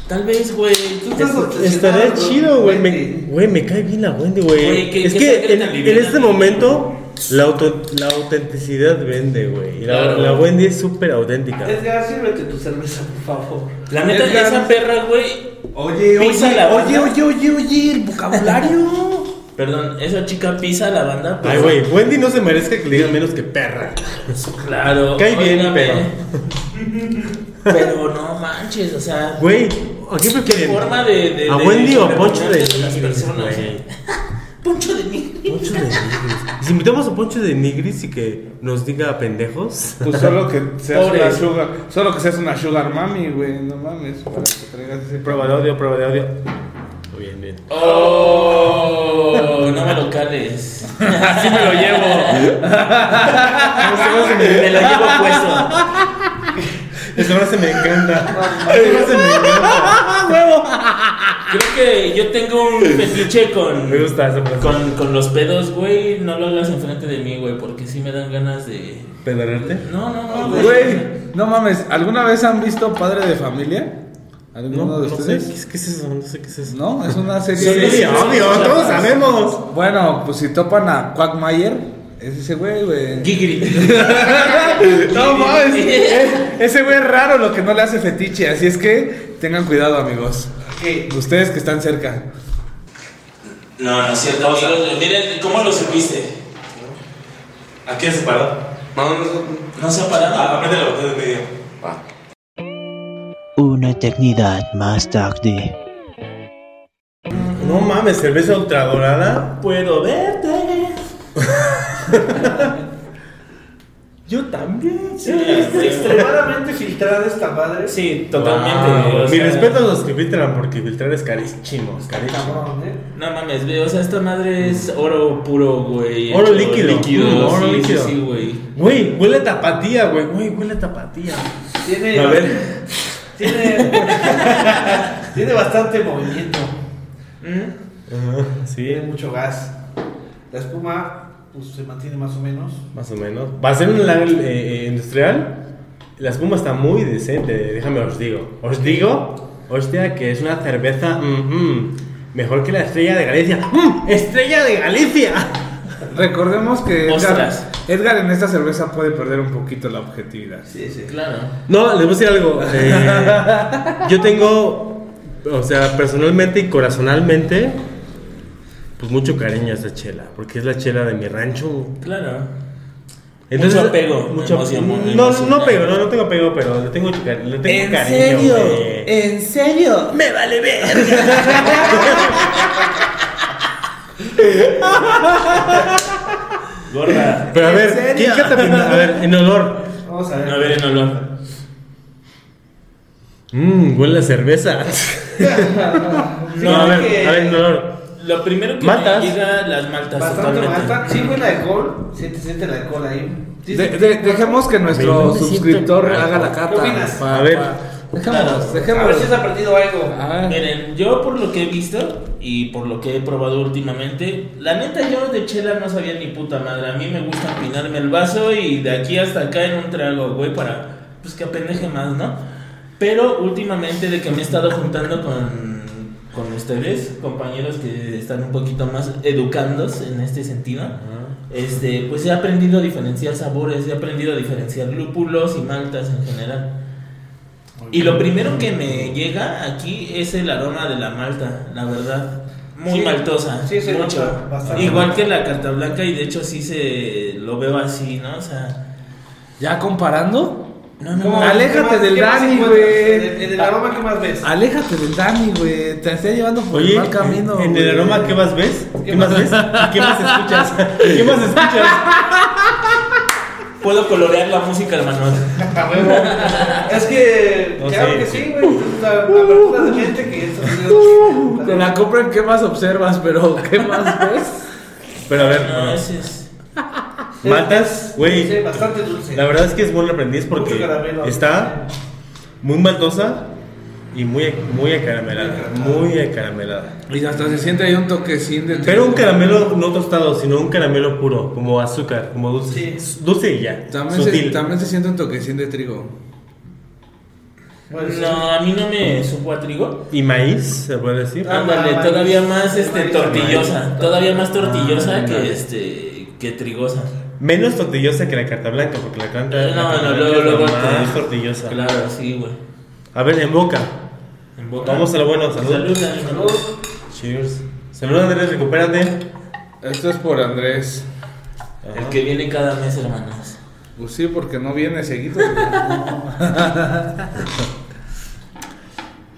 E: Tal vez, güey. Tú estás
D: Eso-
E: obsesionado,
B: Estaría
D: Claro,
B: chido, güey. Me,
D: Wendy.
B: güey, me cae bien la Wendy,
E: Güey,
B: güey.
E: que-
B: Es
E: que
B: que
E: sangre
B: en,
E: tan
B: en
E: liviana.
B: este momento la, auto- la autenticidad vende, güey. Y La,
E: Claro.
B: la Wendy es súper auténtica.
D: Edgar, sírvete tu cerveza, por favor.
E: La neta,
C: Edgar.
E: esa perra, güey.
C: Oye,
E: Pisa
C: oye,
E: la
C: oye,
E: banda.
C: oye, oye, oye, el vocabulario.
E: Perdón, esa chica pisa la banda. pues, pero-
B: Ay, güey, Wendy no se merece que le digan menos que perra.
E: Claro.
B: Cae bien,
E: óigame. Pero no manches, o sea.
B: Güey, ¿a quién
E: ¿qué
B: prefieren?
E: forma de. de-
B: ¿A
E: de-
B: Wendy
E: de
B: o a Poncho de
E: repugnarte las
B: Nigris,
E: personas?
B: güey?
E: Poncho de Nigris.
B: Poncho de Nigris. Y si invitamos a Poncho de Nigris y que nos diga pendejos.
C: Pues solo que seas
E: Pobre.
C: una sugar, solo que seas una sugar mami, güey, no mames, para que traigas ese
B: Prueba de audio, prueba de audio. Muy Bien, bien.
E: Oh, no me lo cales. Así me lo llevo. me lo llevo puesto.
B: Esa frase me encanta. Esa frase me encanta.
E: Creo que yo tengo un fetiche con.
B: Me gusta esa frase.
E: Con, con los pedos, güey, no lo hagas enfrente de mí, güey, porque sí me dan ganas de.
B: ¿Pedorarte?
E: No, no, no, güey.
C: Güey, no mames, ¿alguna vez han visto Padre de Familia? ¿Alguno
B: No,
C: de
B: no sé.
C: ustedes?
B: ¿Qué es, qué es eso? No sé qué es eso.
C: No, es una
B: Sí,
C: serie.
B: obvio,
E: sí, sí,
B: obvio,
E: sí, sí,
B: todos
E: sí.
B: sabemos.
C: Bueno, pues si topan a Quagmire, es ese güey, güey.
E: Gigri.
C: No mames, es- ese güey es raro lo que no le hace fetiche, así es que tengan cuidado, amigos.
D: Ok,
C: Ustedes que están cerca.
E: No, no es cierto, amigos. Miren, ¿cómo lo supiste?
G: ¿A quién se paró? No, no, no.
E: No se ha parado.
G: Aparte de la botella de medio. Va.
H: Una eternidad más tarde.
B: No mames, cerveza ultradorada.
E: Puedo verte.
B: Yo también.
E: Sí,
D: Es extremadamente filtrada esta madre.
E: Sí, totalmente.
B: Wow.
E: güey, o
B: Mi
E: sea,
B: respeto a los que filtran porque filtrar es carísimo. carísimo.
D: Cabrón, ¿eh?
E: No mames, güey. O sea, esta madre es oro puro, güey.
B: Oro
E: hecho
B: líquido. Mm,
E: Líquido,
B: oro
E: sí, sí,
B: líquido.
E: Sí, güey.
B: Güey, huele a tapatía, güey. Güey, huele a tapatía.
D: Tiene,
B: A ver.
D: Tiene, tiene bastante movimiento.
B: Sí,
C: Mm.
D: Tiene mucho gas. La espuma pues, se mantiene más o menos.
B: más o menos. Va a ser un lager eh, eh, industrial. La espuma está muy decente, déjame os digo. Os digo, hostia, que es una cerveza mm, mm, mejor que la estrella de Galicia. ¡Mm! ¡Estrella de Galicia!
C: Recordemos que Edgar,
E: Ostras.
C: Edgar en esta cerveza puede perder un poquito la objetividad.
D: Sí, sí.
E: Claro.
B: No, les voy a decir algo. Eh, yo tengo, o sea, personalmente y corazonalmente, pues mucho cariño a esta chela, porque es la chela de mi rancho.
E: Claro. Mucho apego, emoción-
B: no,
E: emocional.
B: no apego, no, no tengo apego, pero le tengo, cari- le tengo cariño. güey.
E: ¿En serio? Me vale ver. Gorda.
B: Pero a
C: ¿En
B: ver,
C: serio?
B: ¿quién canta primero? A ver, en olor.
D: Vamos a ver.
E: A ver, en olor.
B: Mmm, huele a cerveza. no, a ver,
D: que-
B: a ver, en olor.
E: Lo primero que
B: Maltas.
E: me llega las maltas
D: Bastante
E: totalmente.
D: malta. Sí, huele a alcohol. Sí, te siente el alcohol ahí. Sí,
C: De-
D: sí.
C: de- dejemos que
B: Güey, no
C: nuestro
B: me siento
C: suscriptor
B: mal.
C: haga la cata.
D: ¿Qué opinas?
B: A ver.
C: Dejémonos,
D: a ver si
C: dejémonos.
D: se ha perdido algo.
C: Ah,
E: Miren, yo por lo que he visto y por lo que he probado últimamente, la neta yo de chela no sabía ni puta madre. A mí me gusta empinarme el vaso y de aquí hasta acá en un trago, güey, para pues que apendeje más, ¿no? Pero últimamente de que me he estado juntando con, con ustedes, compañeros que están un poquito más educandos en este sentido, este, pues he aprendido a diferenciar sabores, he aprendido a diferenciar lúpulos y maltas en general. Y lo primero que me llega aquí es el aroma de la malta, la verdad. Muy
D: Sí.
E: maltosa.
D: Sí, se
E: mucho.
D: nota bastante.
E: Igual que la carta blanca y de hecho sí se lo veo así, ¿no? O sea,
C: ¿Ya comparando?
E: no, no,
D: ¿Cómo?
E: no.
C: Aléjate
D: ¿Qué más-
C: del
D: qué más
C: Dani,
D: encuentras?
C: güey. Ah,
D: En el- En el aroma, ¿qué más ves?
C: Aléjate del Dani, güey. Te está llevando por
B: Oye,
C: el mal camino.
B: en el
C: güey.
B: aroma, ¿qué más ves? ¿Qué, más ves? ¿Y ¿Qué más escuchas? ¿Qué más escuchas?
E: Puedo colorear la música, hermano.
C: ah,
D: Es que,
B: No
D: claro
B: sé.
D: que sí, güey. Es La apertura de mente que estos videos-
C: Te la compran, ¿qué más observas? Pero, ¿qué más ves?
B: Pero a ver,
E: No,
B: bueno,
E: ese es.
B: matas, güey.
D: Sí, bastante dulce.
B: La verdad es que es buen aprendiz porque
D: Mucho caramelo.
B: está muy maltosa y muy, muy acaramelada. Muy acaramelada.
C: Y hasta se siente ahí un toquecín de.
B: Pero un caramelo no tostado, sino un caramelo puro, como azúcar, como dulce. Dulce y ya.
C: También se,
B: sutil.
C: también se siente un toquecín de trigo.
D: Bueno, sí.
E: No, a mí no me supo a trigo.
B: Y maíz, se puede decir.
D: Ah,
E: Ándale,
D: maíz.
E: todavía más este
D: Maíz.
E: tortillosa, todavía más tortillosa
B: Ah,
E: que
B: ándale.
E: este que trigosa.
B: Menos tortillosa que la carta blanca, porque la carta la
E: No,
B: carta
E: no,
B: blanca
E: luego
B: es la
E: luego
B: más
E: te-
B: tortillosa.
E: Claro, sí, güey.
B: A ver, en boca.
E: En boca.
B: Vamos a lo bueno, salud.
E: Salud, Dani, salud.
B: Cheers. Salud Andrés, recupérate.
C: Esto es por Andrés.
E: El que viene cada mes, hermanos.
C: Pues sí, porque no viene seguido.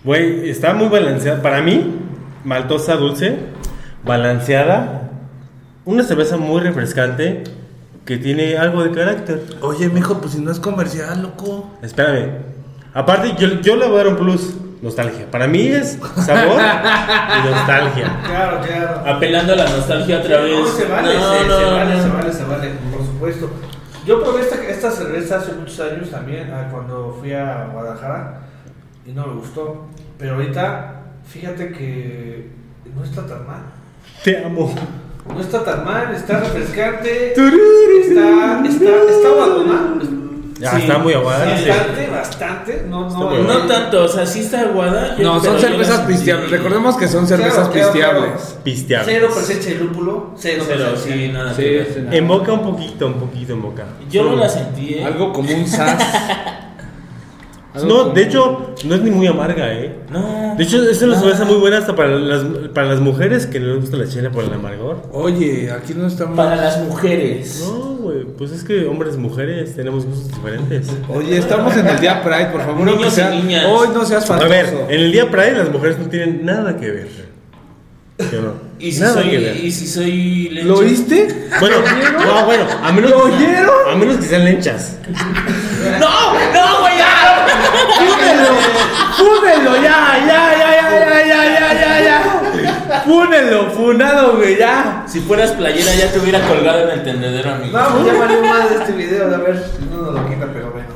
B: Güey, está muy balanceada. Para mí, maltosa dulce, balanceada. Una cerveza muy refrescante que tiene algo de carácter.
C: Oye, mijo, pues si no es comercial, loco.
B: Espérame. Aparte, yo, yo le voy a dar un plus. Nostalgia. Para mí es sabor y nostalgia.
D: Claro, claro.
E: Apelando a la nostalgia otra vez.
D: No, se vale,
E: No,
D: se,
E: no,
D: se vale,
E: no.
D: se vale, se vale, por supuesto. Yo probé esta, esta cerveza hace muchos años también, ah, cuando fui a Guadalajara, y no me gustó. Pero ahorita, fíjate que no está tan mal.
B: Te amo.
D: No está tan mal, está refrescante. Está, está, está aguadona.
B: Ya,
E: Sí,
B: Ah, está muy aguada. sí.
D: Bastante, bastante. No,
B: Está
D: no,
B: bueno.
E: No tanto, o sea, sí está aguada. yo-
C: No, son
E: pero yo
C: cervezas
E: la-
C: pisteables. Recordemos que son cervezas
D: Claro, claro, claro.
C: pisteables.
B: Pisteable.
D: Cero presencia de lúpulo, cero,
E: Pero
D: presencia.
E: sí, nada. que ver.
B: En boca un poquito, un poquito en boca.
E: Yo no la sentí, ¿eh?
C: Algo como un sas. Algo
B: No,
C: como-
B: de hecho, no es ni muy amarga, ¿eh?
E: No.
B: De hecho, es una cerveza muy buena hasta para las, para las mujeres que no les gusta la chela por el amargor.
C: Oye, aquí no estamos.
E: Para las mujeres.
B: No, güey, pues es que hombres, mujeres, tenemos gustos diferentes.
C: Oye, estamos en el día Pride, por favor.
E: Niños
C: aunque sea-
E: y niñas.
C: Hoy no seas faltoso.
B: A ver, en el día Pride las mujeres no tienen nada que ver. ¿Sí o no?
E: Y si
B: nada
E: soy,
B: que ver.
E: y si soy leche.
C: ¿Lo oíste?
B: Bueno, no, bueno, a menos,
C: ¿Lo oyeron?
B: a menos que sean lenchas.
E: No, no, güey. ya.
C: ¡Púnelo! ¡Púnelo! ¡Ya, ya, ya, ya, ya, ya, ya, ya, ya! ¡Púnelo, funado, güey, ya!
E: Si fueras playera ya te hubiera colgado en el tendedero, amigo.
D: No, pues ya valió más de este video, a ver si no nos lo quita, pero bueno.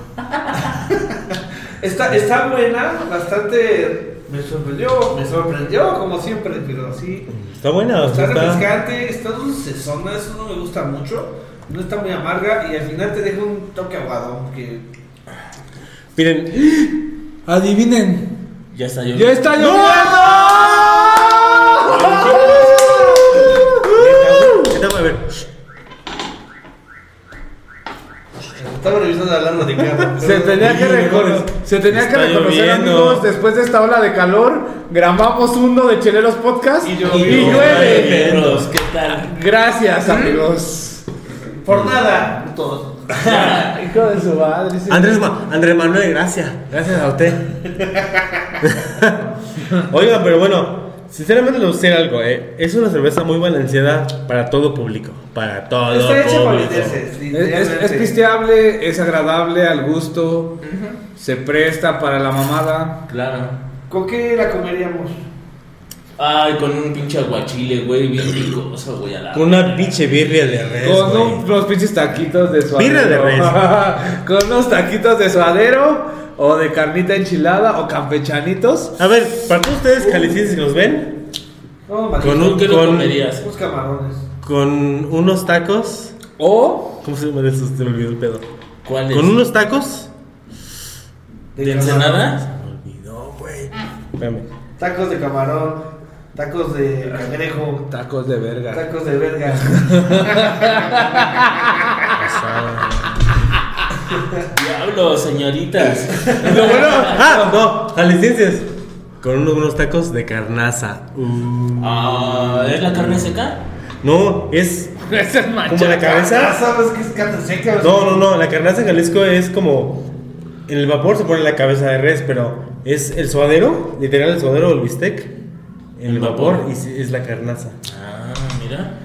D: está, está buena, bastante. Me sorprendió, me sorprendió como siempre, pero sí.
B: Está buena,
C: Pues
B: o sea,
D: Está
B: está.
D: refrescante, está dulcezona, eso no me gusta mucho. No está muy amarga y al final te deja un toque aguado. Que...
B: Miren,
C: Adivinen.
E: Ya está yo.
C: ¡Ya está lloviendo! ¡Ah!
B: ¿qué tal? A ver.
D: Estaba revisando hablando de carro.
C: Se tenía que, recono- se tenía que
B: Está
C: reconocer,
B: lloviendo.
C: amigos, después de esta ola de calor, grabamos uno de Cheleros Podcast y,
E: Y
C: llueve.
E: perros, ¿qué tal?
C: Gracias, amigos.
D: Por nada, todos.
C: Hijo de su madre. sí.
B: Andrés, Ma- Andrés Manuel, gracias. Gracias a usted. Oiga, pero bueno, sinceramente le voy a decir algo, ¿eh? Es una cerveza muy balanceada para todo público. Para todo
D: Está hecha para
B: público.
D: venderse.
C: Es, es- es
D: literalmente.
C: pisteable, es agradable al gusto, se presta para la mamada.
E: Claro.
D: ¿Con qué la comeríamos?
E: Ay, con un pinche aguachile, güey, bien picoso, güey, a la.
B: Con una pinche birria de res.
C: Con
B: güey.
C: un- unos pinches taquitos de suadero.
B: Birra de res.
C: Con unos taquitos de suadero o de carnita enchilada o campechanitos.
B: A ver, para todos ustedes calientes que nos ven, Con
D: No, maldito.
B: un-
E: ¿Tú qué lo
B: con-
E: comerías?
D: Unos camarones.
B: con unos tacos.
C: O
B: ¿Cómo se llama de esos? Te me olvidó el pedo.
E: ¿Cuál es?
B: Con unos tacos.
E: ¿De
D: camarones.
E: ensenada?
B: Me olvidó, güey. Espérame.
D: Tacos de camarón, tacos de cangrejo,
C: tacos de verga.
D: tacos de verga.
E: Diablo, señoritas.
C: Lo bueno,
B: Ah, no, jaliscienses. Con unos, unos tacos de carnaza. Uh.
E: Ah, ¿Es la carne seca?
B: No, es
C: ese es mancha.
B: como la
D: ¿Ya
B: cabeza.
D: sabes qué es carne seca?
B: No, no, no. La carnaza en Jalisco es como. En el vapor se pone la cabeza de res, pero es el suadero, literal el suadero o el bistec. En el
E: El
B: vapor
E: vapor.
B: y sí, es la carnaza.
E: Ah, mira.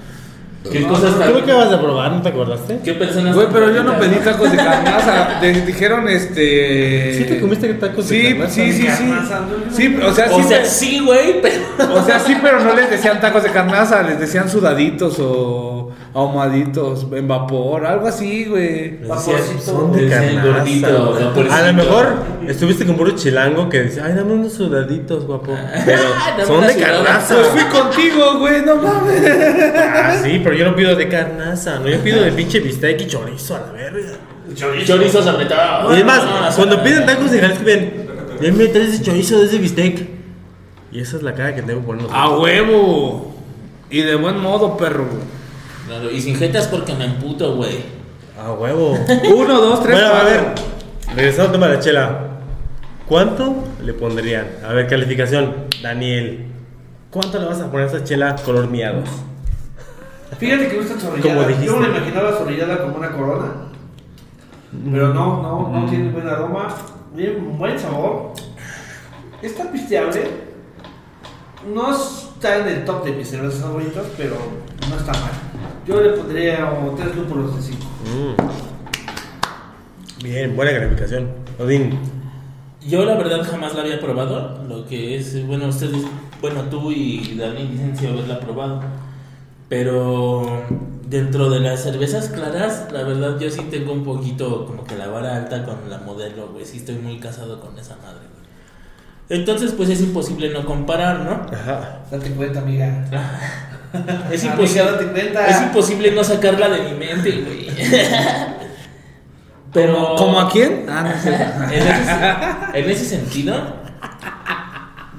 E: ¿Qué cosas tan-
B: Creo que vas a probar, ¿no te acordaste?
E: ¿Qué personas
C: Güey,
E: tan
C: pero yo no pedí
E: bonitas?
C: tacos de carnaza. Te dijeron este.
B: ¿Sí te comiste tacos de
C: Sí,
B: carnaza?
C: sí, sí, sí.
D: Carnaza, ¿no?
C: Sí, o sea, sí.
E: O sea,
C: me-
E: sí, güey, pero.
C: O sea, sí, pero no les decían tacos de carnaza, les decían sudaditos o ahumaditos en vapor, algo así, güey.
D: Vaporcito.
B: Pues Son de
E: Decían
B: carnaza,
E: gordito,
B: güey.
E: vaporcito.
B: A lo mejor estuviste con puro chilango que dice, ay, dame unos sudaditos, guapo. Pero
E: Ah. Dame
B: son
E: una
B: de
E: sudada.
B: carnaza.
C: Pues fui contigo, güey, no mames.
B: Ah, sí, pero yo no pido de carnaza, no, yo pido de pinche bistec y chorizo a la verga.
E: Chorizo sobre todo.
B: Y es más,
E: Ah, No, no, no,
B: cuando
E: no,
B: piden
E: no.
B: tacos de Jalisco, ven, denme tres de chorizo de ese bistec. Y esa es la cara que tengo por los
C: A huevo. Y de buen modo, perro.
E: Claro, y sin jetas porque me emputo, güey.
B: A huevo.
C: Uno, dos, tres,
B: Bueno, a
C: cuatro.
B: ver, regresando al tema de la chela. ¿Cuánto le pondrían? A ver, calificación, Daniel. ¿Cuánto le vas a poner a esa chela color miados?
D: Fíjate que no está
B: Como
D: zorrillada.
B: dijiste.
D: Yo me la imaginaba zorrillada como una corona. Pero no, no,
B: Mm.
D: no tiene buen aroma. Tiene un buen sabor. Está pisteable. No está en el top de mis cervezas favoritas, pero no está mal. Yo le pondría como tres lúpulos de cinco.
B: Bien, buena calificación. Odín.
E: Yo la verdad jamás la había probado. Lo que es, bueno, ustedes, bueno, tú y Dani dicen si haberla probado. Pero dentro de las cervezas claras, la verdad yo sí tengo un poquito como que la vara alta con la modelo, güey. Sí estoy muy casado con esa madre, güey. Entonces, pues es imposible no comparar, ¿no?
B: Ajá.
D: Date cuenta, amiga.
E: Es
D: Amiga,
E: imposible,
D: date cuenta.
E: es imposible no sacarla de mi mente, güey. Pero...
C: ¿Como a quién? Ah, no sé.
E: En ese, en ese sentido,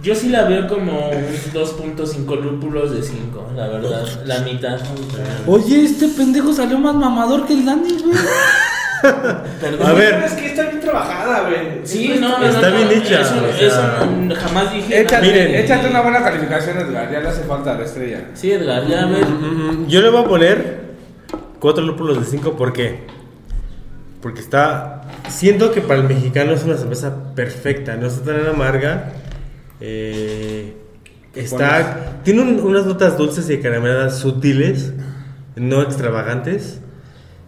E: yo sí la veo como un 2.5 lúpulos de 5, la verdad, la mitad.
C: Oye, este pendejo salió más mamador que el Dani, güey.
E: Perdón.
B: A ver.
D: Es que está bien trabajada, güey.
E: Sí, no, no,
B: Está
E: no,
B: bien
E: no,
B: hecha,
E: Eso,
B: o sea.
E: eso no- jamás dije.
C: Échate,
B: Miren.
C: échate una buena calificación, Edgar. Ya le hace falta a la estrella.
E: Sí, Edgar, ya a ver.
B: Mm, Yo le voy a poner cuatro lúpulos de cinco porque porque está siento que para el mexicano es una cerveza perfecta, no está tan amarga. eh, está tiene un- unas notas dulces y carameladas sutiles, no extravagantes.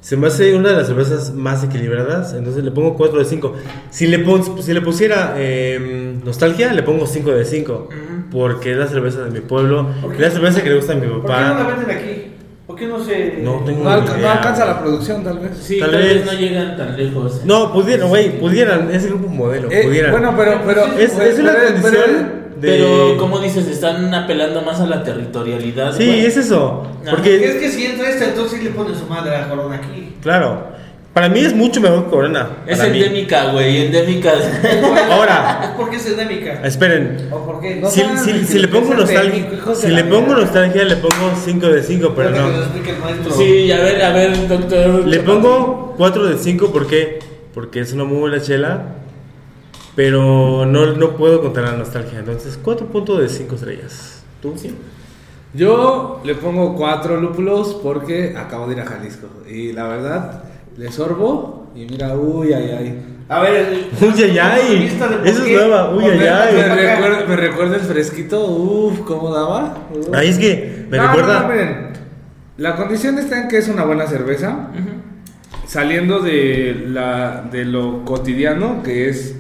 B: Se me hace una de las cervezas más equilibradas, entonces le pongo 4 de 5. Si le, pon- si le pusiera eh, nostalgia, le pongo 5 de 5, porque es la cerveza de mi pueblo, es la cerveza que le gusta a mi
D: ¿Por qué no la
B: papá.
D: venden aquí? ¿Por qué no se.?
B: No tengo
C: No, alca-
B: ni
C: no
B: idea.
C: alcanza la producción, tal vez.
E: Sí,
B: Tal
E: tal, vez.
B: vez.
E: no llegan tan lejos.
B: No, pudieran, güey, pudieran, es el grupo modelo,
C: Eh,
B: pudieran.
C: bueno, pero, pero
B: es,
C: pero-
B: es una
C: pero-
B: condición de...
E: Pero, como dices, están apelando más a la territorialidad.
B: Sí,
E: güey.
B: es eso,
E: Ajá.
B: porque,
D: Es que si entra esta, entonces sí le pone su madre a Corona aquí.
B: claro, para mí es mucho mejor que Corona.
E: Es
B: para mí.
E: endémica, güey, endémica.
B: Ahora,
D: Es porque es endémica.
B: esperen,
D: ¿O por qué?
C: No
B: si,
C: saben
B: si-
C: lo que
B: si le pongo
C: piensan de
B: nostalgia,
C: mí, hijos de
B: si
C: la
B: le pongo
C: mierda.
B: nostalgia le pongo 5 de 5, pero
D: Espérate que nos
B: no.
D: explique el maestro.
E: sí, a ver, a ver, doctor.
B: Le pongo 4 de 5 porque porque es una muy buena chela, pero no, no puedo contar la nostalgia, entonces 4 puntos de 5 estrellas. ¿Tú? Sí.
C: Yo le pongo cuatro lúpulos porque acabo de ir a Jalisco. Y la verdad, le sorbo y mira, uy, ay, ay.
D: A ver.
B: Uy, ay, ay.
D: Vista de por
B: Eso es
D: qué.
B: nueva. Uy, ay,
C: Me,
B: ay.
C: recuerda, me recuerda el fresquito, uff, cómo daba. Uf.
B: Ahí es que me
C: No,
B: recuerda.
C: no, no, miren. La condición está en que es una buena cerveza. Saliendo de, la, de lo cotidiano, que es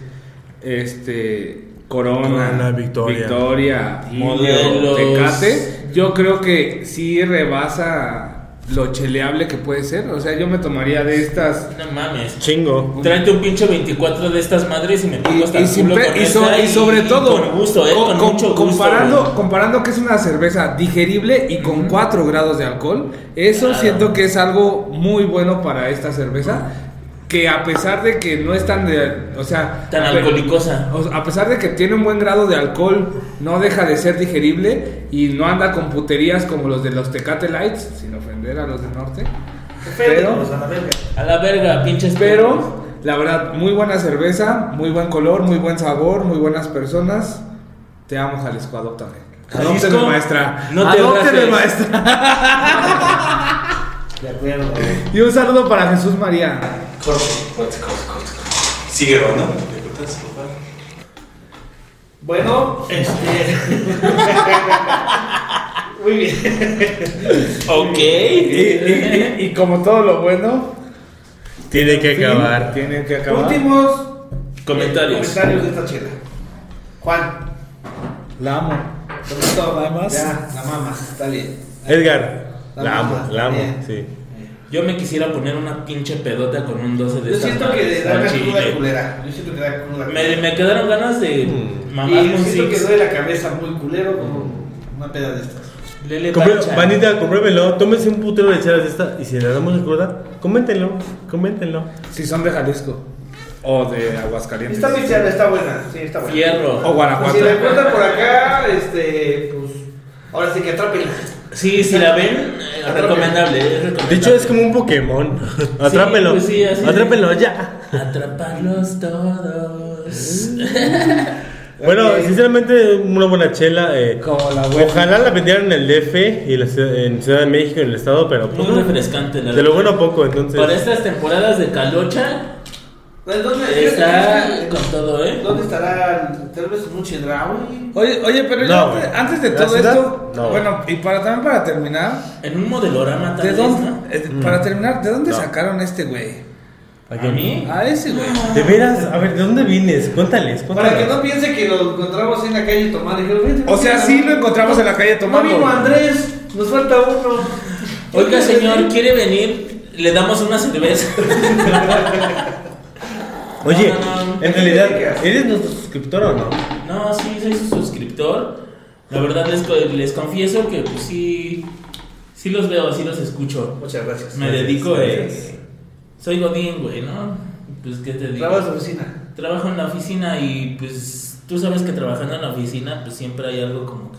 C: este Corona,
B: Corona, Victoria.
C: Victoria,
E: Y
C: Modelo,
E: los-
C: Tecate, yo creo que sí rebasa lo cheleable que puede ser. O sea, yo me tomaría de estas.
E: No mames.
B: Chingo.
E: Tráete un pinche 24 de estas madres y me pongo hasta
C: Y, y
E: el
C: sin
E: culo
C: pe-
E: con
C: y so-
E: esta
C: y sobre todo,
E: Con gusto, eh,
C: co-
E: con,
C: com-
E: mucho gusto.
C: comparando,
E: güey.
C: comparando que es una cerveza digerible y con 4 grados de alcohol, eso
E: Claro.
C: siento que es algo muy bueno para esta cerveza, que a pesar de que no es tan de, o sea,
E: Tan
C: a pe-
E: alcoholicosa.
C: o sea, a pesar de que tiene un buen grado de alcohol, no deja de ser digerible y no anda con puterías como los de los Tecate Lights, sin ofender a los del norte.
D: Pero. pues,
C: Pero-
D: a la verga.
E: A la verga, pinches
C: Pero, la verdad, muy buena cerveza, muy buen color, muy buen sabor, muy bunas personas. Te amo, Jalisco, adóptame.
E: Jalisco,
C: Adópteme, maestra.
E: no te
C: Adópteme,
E: rajes.
C: maestra.
D: De acuerdo.
C: Y un saludo para Jesús María.
G: Sigue ¿no? ¿Me cortas, papá?
D: Bueno, este. Muy bien.
E: Ok.
C: Y, y- y- y como todo lo bueno,
B: Tiene que acabar.
C: tiene que acabar.
D: Últimos
E: Comentarios.
D: comentarios de esta chela. Juan,
C: La amo.
D: ¿no hay
C: más?
D: Ya, la mamas, está bien.
B: Edgar.
D: La
B: La amo,
D: mamá,
B: la amo.
D: bien.
B: Sí.
E: Yo me quisiera poner una pinche pedota con un 12 de
D: Yo
E: estas
D: siento que
E: madres,
D: le da
E: al
D: una
E: chile.
D: cruda culera. Yo siento que da cruda
E: Me,
D: culera.
E: me quedaron ganas de
C: Mm.
E: mamar
D: Y
E: un
D: siento que
E: six.
D: duele la cabeza muy culero con una peda de estas.
E: Lele
B: Compré-
E: Pancha.
B: Vanita, compruébelo. Tómese un putero de chelas de esta. Y si le damos la cruda, coméntenlo. Coméntenlo.
C: Si son de Jalisco o de Aguascalientes.
D: Está pisteada, está buena. Sí, está
C: O
D: buena.
E: Fierro.
C: Guanajuato.
D: Si la encuentran por acá, este, pues. Ahora sí que atrápenla.
E: Sí, si la ven, eh, recomendable, es recomendable.
B: De hecho, es como un Pokémon. Atrápenlo.
E: pues sí, así es.
B: Atrápenlo ya.
E: Atraparlos todos.
C: Mm.
B: Bueno,
D: Ok.
B: sinceramente, una buena chela. eh,
C: Como la buena.
B: Ojalá la vendieran en el DF y en, la ciudad, en Ciudad de México, en el estado, pero
E: Muy
B: pues,
E: refrescante, la
B: De lo bueno
E: verdad.
B: a poco, entonces.
E: Para estas temporadas de calocha,
D: Pues, ¿Dónde,
E: está con todo, ¿eh?
D: ¿Dónde estará? Tal vez un chedraui.
C: Oye, oye, pero yo
B: No,
C: antes-
B: güey.
C: antes de
B: ¿La
C: todo
B: ciudad?
C: esto,
B: No.
C: bueno, y para también para terminar,
E: En un modelorama tal
C: ¿de
E: vez, ¿no?
C: dónde, eh, para terminar, ¿de dónde
B: No.
C: sacaron a este güey?
B: ¿A
E: ¿A
B: quién?
E: mí?
C: A ese güey.
B: De veras, a ver, ¿de dónde vienes? Cuéntales, cuéntales.
D: Para que no piense que lo encontramos en la calle tomando. Dijeron, "Vente,
C: O sea,
D: vente,
C: sí
D: vente".
C: lo encontramos en la calle tomando.
D: No vino Andrés, nos falta uno.
E: Oiga, señor, ¿quiere venir? Le damos una cerveza.
B: Oye,
E: No, no, no.
B: en realidad, ¿eres nuestro suscriptor o no?
E: No, sí, soy su suscriptor. La verdad les, co- les confieso que pues, sí, sí los veo, sí los escucho.
D: Muchas gracias.
E: Me dedico a...
B: gracias.
E: Soy Godín, güey, ¿no? Pues qué te digo.
D: Trabajo en su oficina.
E: Trabajo en la oficina y pues tú sabes que trabajando en la oficina pues siempre hay algo como que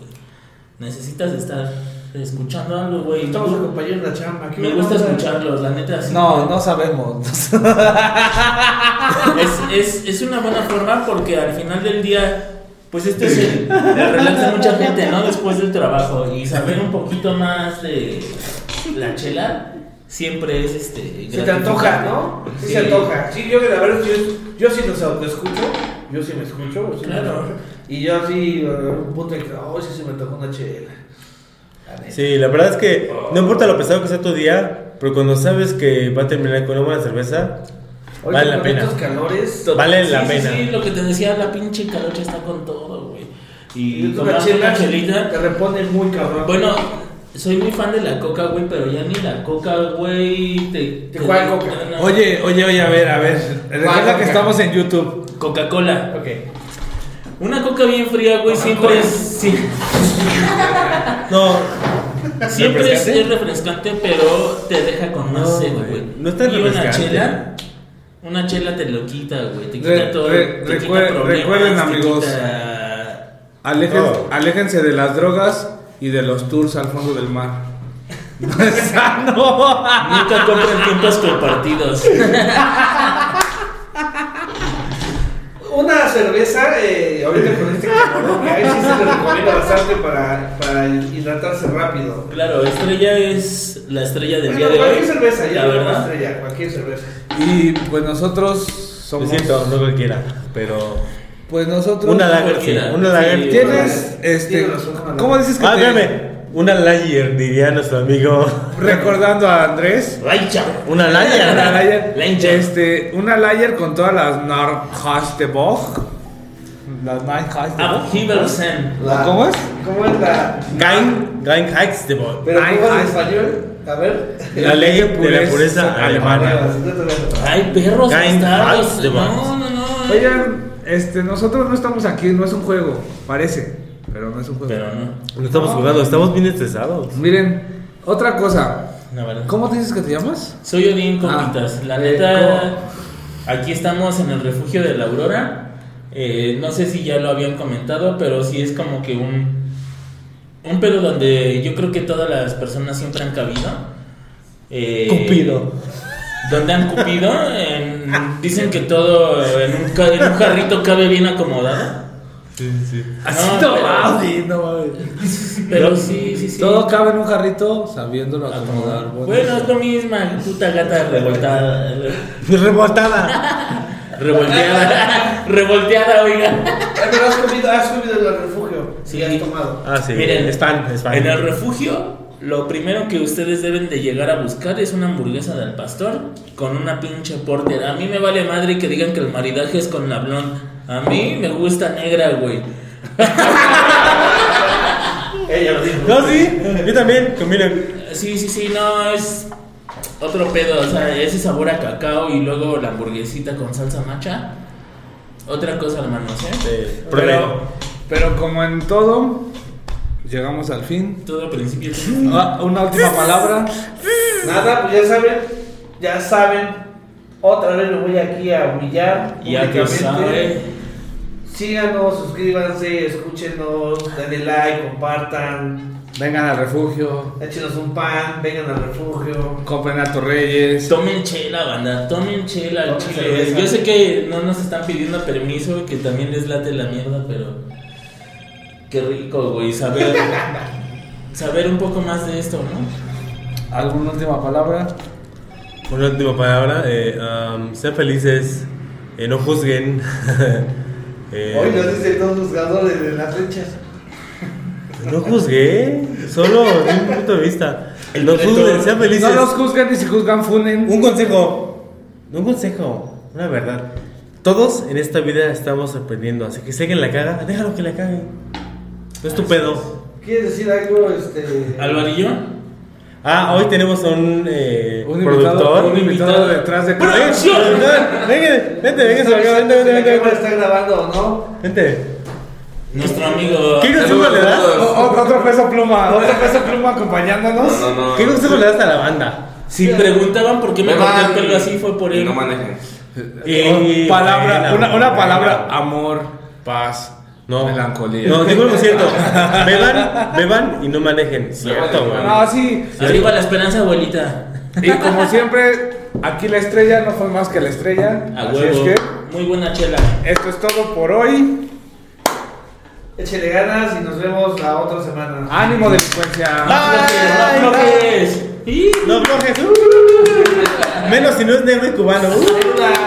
E: necesitas estar escuchando algo, güey.
D: Estamos acompañando la chamba. ¿Qué
E: Me
D: onda?
E: gusta escucharlos, la neta. sí.
I: No, no sabemos.
E: Es, es, es una buena forma porque al final del día, pues este es el, el relax de mucha gente, ¿no? Después del trabajo. Y saber un poquito más de la chela siempre es este.
D: Se te antoja,
E: gratificante.
D: ¿no? Sí,
E: Sí.
D: se antoja. Sí, yo que la verdad, yo, yo sí los escucho. Yo sí me escucho. yo sí me
E: Claro.
D: escucho. Y yo sí, eh, un punto de que, oh, sí se me antojó una chela. La neta.
B: Sí, la verdad es que no importa lo pesado que sea tu día, pero cuando sabes que va a terminar con una buena cerveza,
D: Oye,
B: vale la
D: con
B: pena.
D: estos calores.
B: Vale la
E: Sí, sí,
B: pena.
E: Sí, lo que te decía, la pinche calocha está con todo, güey. Y
D: Y
E: tomar
D: una
E: una
D: chela
E: chelita.
D: te repone muy cabrón.
E: Bueno, soy muy fan de la coca, güey, pero ya ni la coca, güey. Te,
D: ¿De cuál coca?
E: no.
I: Oye, oye, oye, a ver, a ver. Recuerda que
D: Guácala.
I: estamos en YouTube.
E: Coca-Cola.
D: ok.
E: Una coca bien fría, güey, siempre es. sí,
B: no,
E: siempre es,
B: ¿Refrescante?
E: es refrescante, pero te deja con más
B: No,
E: sed,
B: güey,
E: güey.
B: no está
E: y una
B: refrescante.
E: chela. Una chela te lo quita, güey. Te quita
C: Re-
E: todo.
C: re-
E: te
C: recuer-
E: quita problemas,
C: recuerden,
E: te
C: amigos.
E: quita-
C: Alejen-
B: No.
C: Aléjense de las drogas y de los tours al fondo del mar. No es sano.
E: Nunca compren tiempos compartidos.
D: Una cerveza, eh, ahorita con este calor, que ahí sí se le recomienda bastante para, para hidratarse rápido.
E: Claro, estrella es la estrella del día
D: Bueno,
E: de hoy.
D: cualquier cerveza, ya
E: la
D: no
E: verdad.
D: estrella, cualquier cerveza.
C: Y pues nosotros
B: lo
C: somos.
B: siento, no cualquiera, pero
C: Pues nosotros.
B: una lager, sí,
E: cualquiera.
B: una
E: Sí,
B: lager.
C: Tienes,
D: Tiene
C: este.
D: razón, Manuel.
C: ¿Cómo dices que
B: Ah,
C: te-
B: espérame, una lager, diría nuestro amigo.
C: Recordando a Andrés.
E: Ay, chavo.
B: Una
C: Una
B: lager.
C: layer,
E: Lencha.
C: este, una layer con todas las narcas de Bog. Las narcas
B: Ah,
C: de Bog.
E: Abhivelsen.
D: La-
C: ¿Cómo es?
D: ¿Cómo es la.?
B: Gain, Gain Hacks de Bot.
D: Pero
C: Ay,
D: ¿cómo es en
C: ay.
D: español? A ver.
B: La ley de la pureza alemana.
D: Nuevas, no te vayas a-
E: Ay, perros
B: Gain
E: bastardos.
B: Hacks de
E: No, no, no.
C: Oigan, este, nosotros no estamos aquí, no es un juego, parece, pero no es un juego.
E: Pero no,
B: No estamos jugando, estamos bien estresados.
C: Miren, otra cosa.
E: la verdad.
C: ¿Cómo te dices que te llamas?
E: Soy Odín Comitas.
C: Ah,
E: la
C: eh,
E: neta,
C: ¿cómo?
E: aquí estamos en el refugio de la Aurora. Eh, no sé si ya lo habían comentado, pero sí es como que un, un pedo donde yo creo que todas las personas siempre han cabido. Eh,
I: Cupido.
E: Donde han cupido. en- dicen que todo en un, ca- en un jarrito cabe bien acomodado.
I: Así
E: No,
I: no
E: pero-
C: Ah,
I: mames, no mames.
E: Pero sí, sí, sí.
I: Todo cabe en un jarrito sabiéndolo acomodar.
E: Bueno, es lo mismo, puta gata revoltada.
B: Revoltada.
E: Revolteada. revolteada, oiga.
D: Ay, Pero has comido, has comido en el refugio.
E: Sí.
D: Sí, has tomado.
B: Ah, sí.
E: Miren,
B: es fan, es fan.
E: En el refugio, lo primero que ustedes deben de llegar a buscar es una hamburguesa del pastor con una pinche porter. A mí me vale madre que digan que el maridaje es con la blonde. A mí me gusta negra, güey.
D: Ella lo dijo.
B: No, sí, yo también, con- miren. eh,
E: Sí, sí, sí, no, es otro pedo. O sea, ese sabor a cacao y luego la hamburguesita con salsa macha. Otra cosa, hermanos, ¿eh?
B: Prueben.
C: Pero como en todo, llegamos al fin.
E: Todo principio tiene-
C: Ah, una última palabra.
D: Nada, pues ya saben, ya saben. Otra vez me voy aquí a humillar.
E: Ya que
D: públicamente.
E: sabe.
D: Síganos, suscríbanse, escúchenos, denle like, compartan,
C: Vengan al refugio,
D: échenos un pan, vengan al refugio.
C: compren a Torreyes.
E: Tomen chela, banda, tomen chela al
D: Tomen
E: chile.
D: cerveza.
E: Yo sé que no nos están pidiendo permiso, que también les late la mierda, pero qué rico, güey, saber saber un poco más de esto, ¿no?
C: ¿Alguna última palabra?
B: Una última palabra. Eh, um, sean felices. eh, no juzguen. Eh,
D: Hoy nos dicen dos juzgadores de las fechas.
B: no juzgué. Solo de un punto de vista. No
E: reto.
B: juzguen, Pues sean felices.
C: No los juzguen y si juzgan, funen.
B: Un consejo. no Un consejo. Una verdad. Todos en esta vida estamos aprendiendo. Así que si alguien la caga, déjalo que la cague. No es tu pedo.
D: ¿Quieres decir algo, este?
E: Alvarillo,
B: Ah, hoy tenemos a un, eh,
C: Un invitado,
B: productor.
C: un invitado detrás de cámara.
E: ¡Producción!
B: Vente, vente, vente,
D: ¿Estás
B: vente,
D: diciendo
B: vente,
D: si la
B: vente,
D: cámara
B: vente,
D: está grabando o no?
B: vente.
E: nuestro amigo
B: ¿Qué consejo le das?
C: O- o- Otro peso pluma, otro peso pluma acompañándonos.
G: No, no, no.
B: ¿Qué consejo le das a la banda?
E: si preguntaban por qué me corté el
G: Beban
E: pelo así fue por
G: y
E: él.
G: No manejen.
C: Eh,
B: Eh,
C: palabra,
B: bueno,
C: una, una
B: bueno.
C: palabra, amor, paz.
B: No.
C: Melancolía.
B: No, digo lo cierto. Beban, beban y no manejen. Cierto, güey.
C: No, Ah, sí.
E: Arriba la esperanza, abuelita.
C: Y como siempre, aquí la estrella no fue más que la estrella.
E: A
C: Así es
E: huevo.
C: que
E: Muy buena chela.
C: esto es todo por hoy.
D: Échele ganas y nos vemos la otra semana.
C: Ánimo delincuencia.
E: Más
B: Ay,
E: bloques, más bloques.
B: No flojes. Menos si no es negro y cubano.
D: Saluda.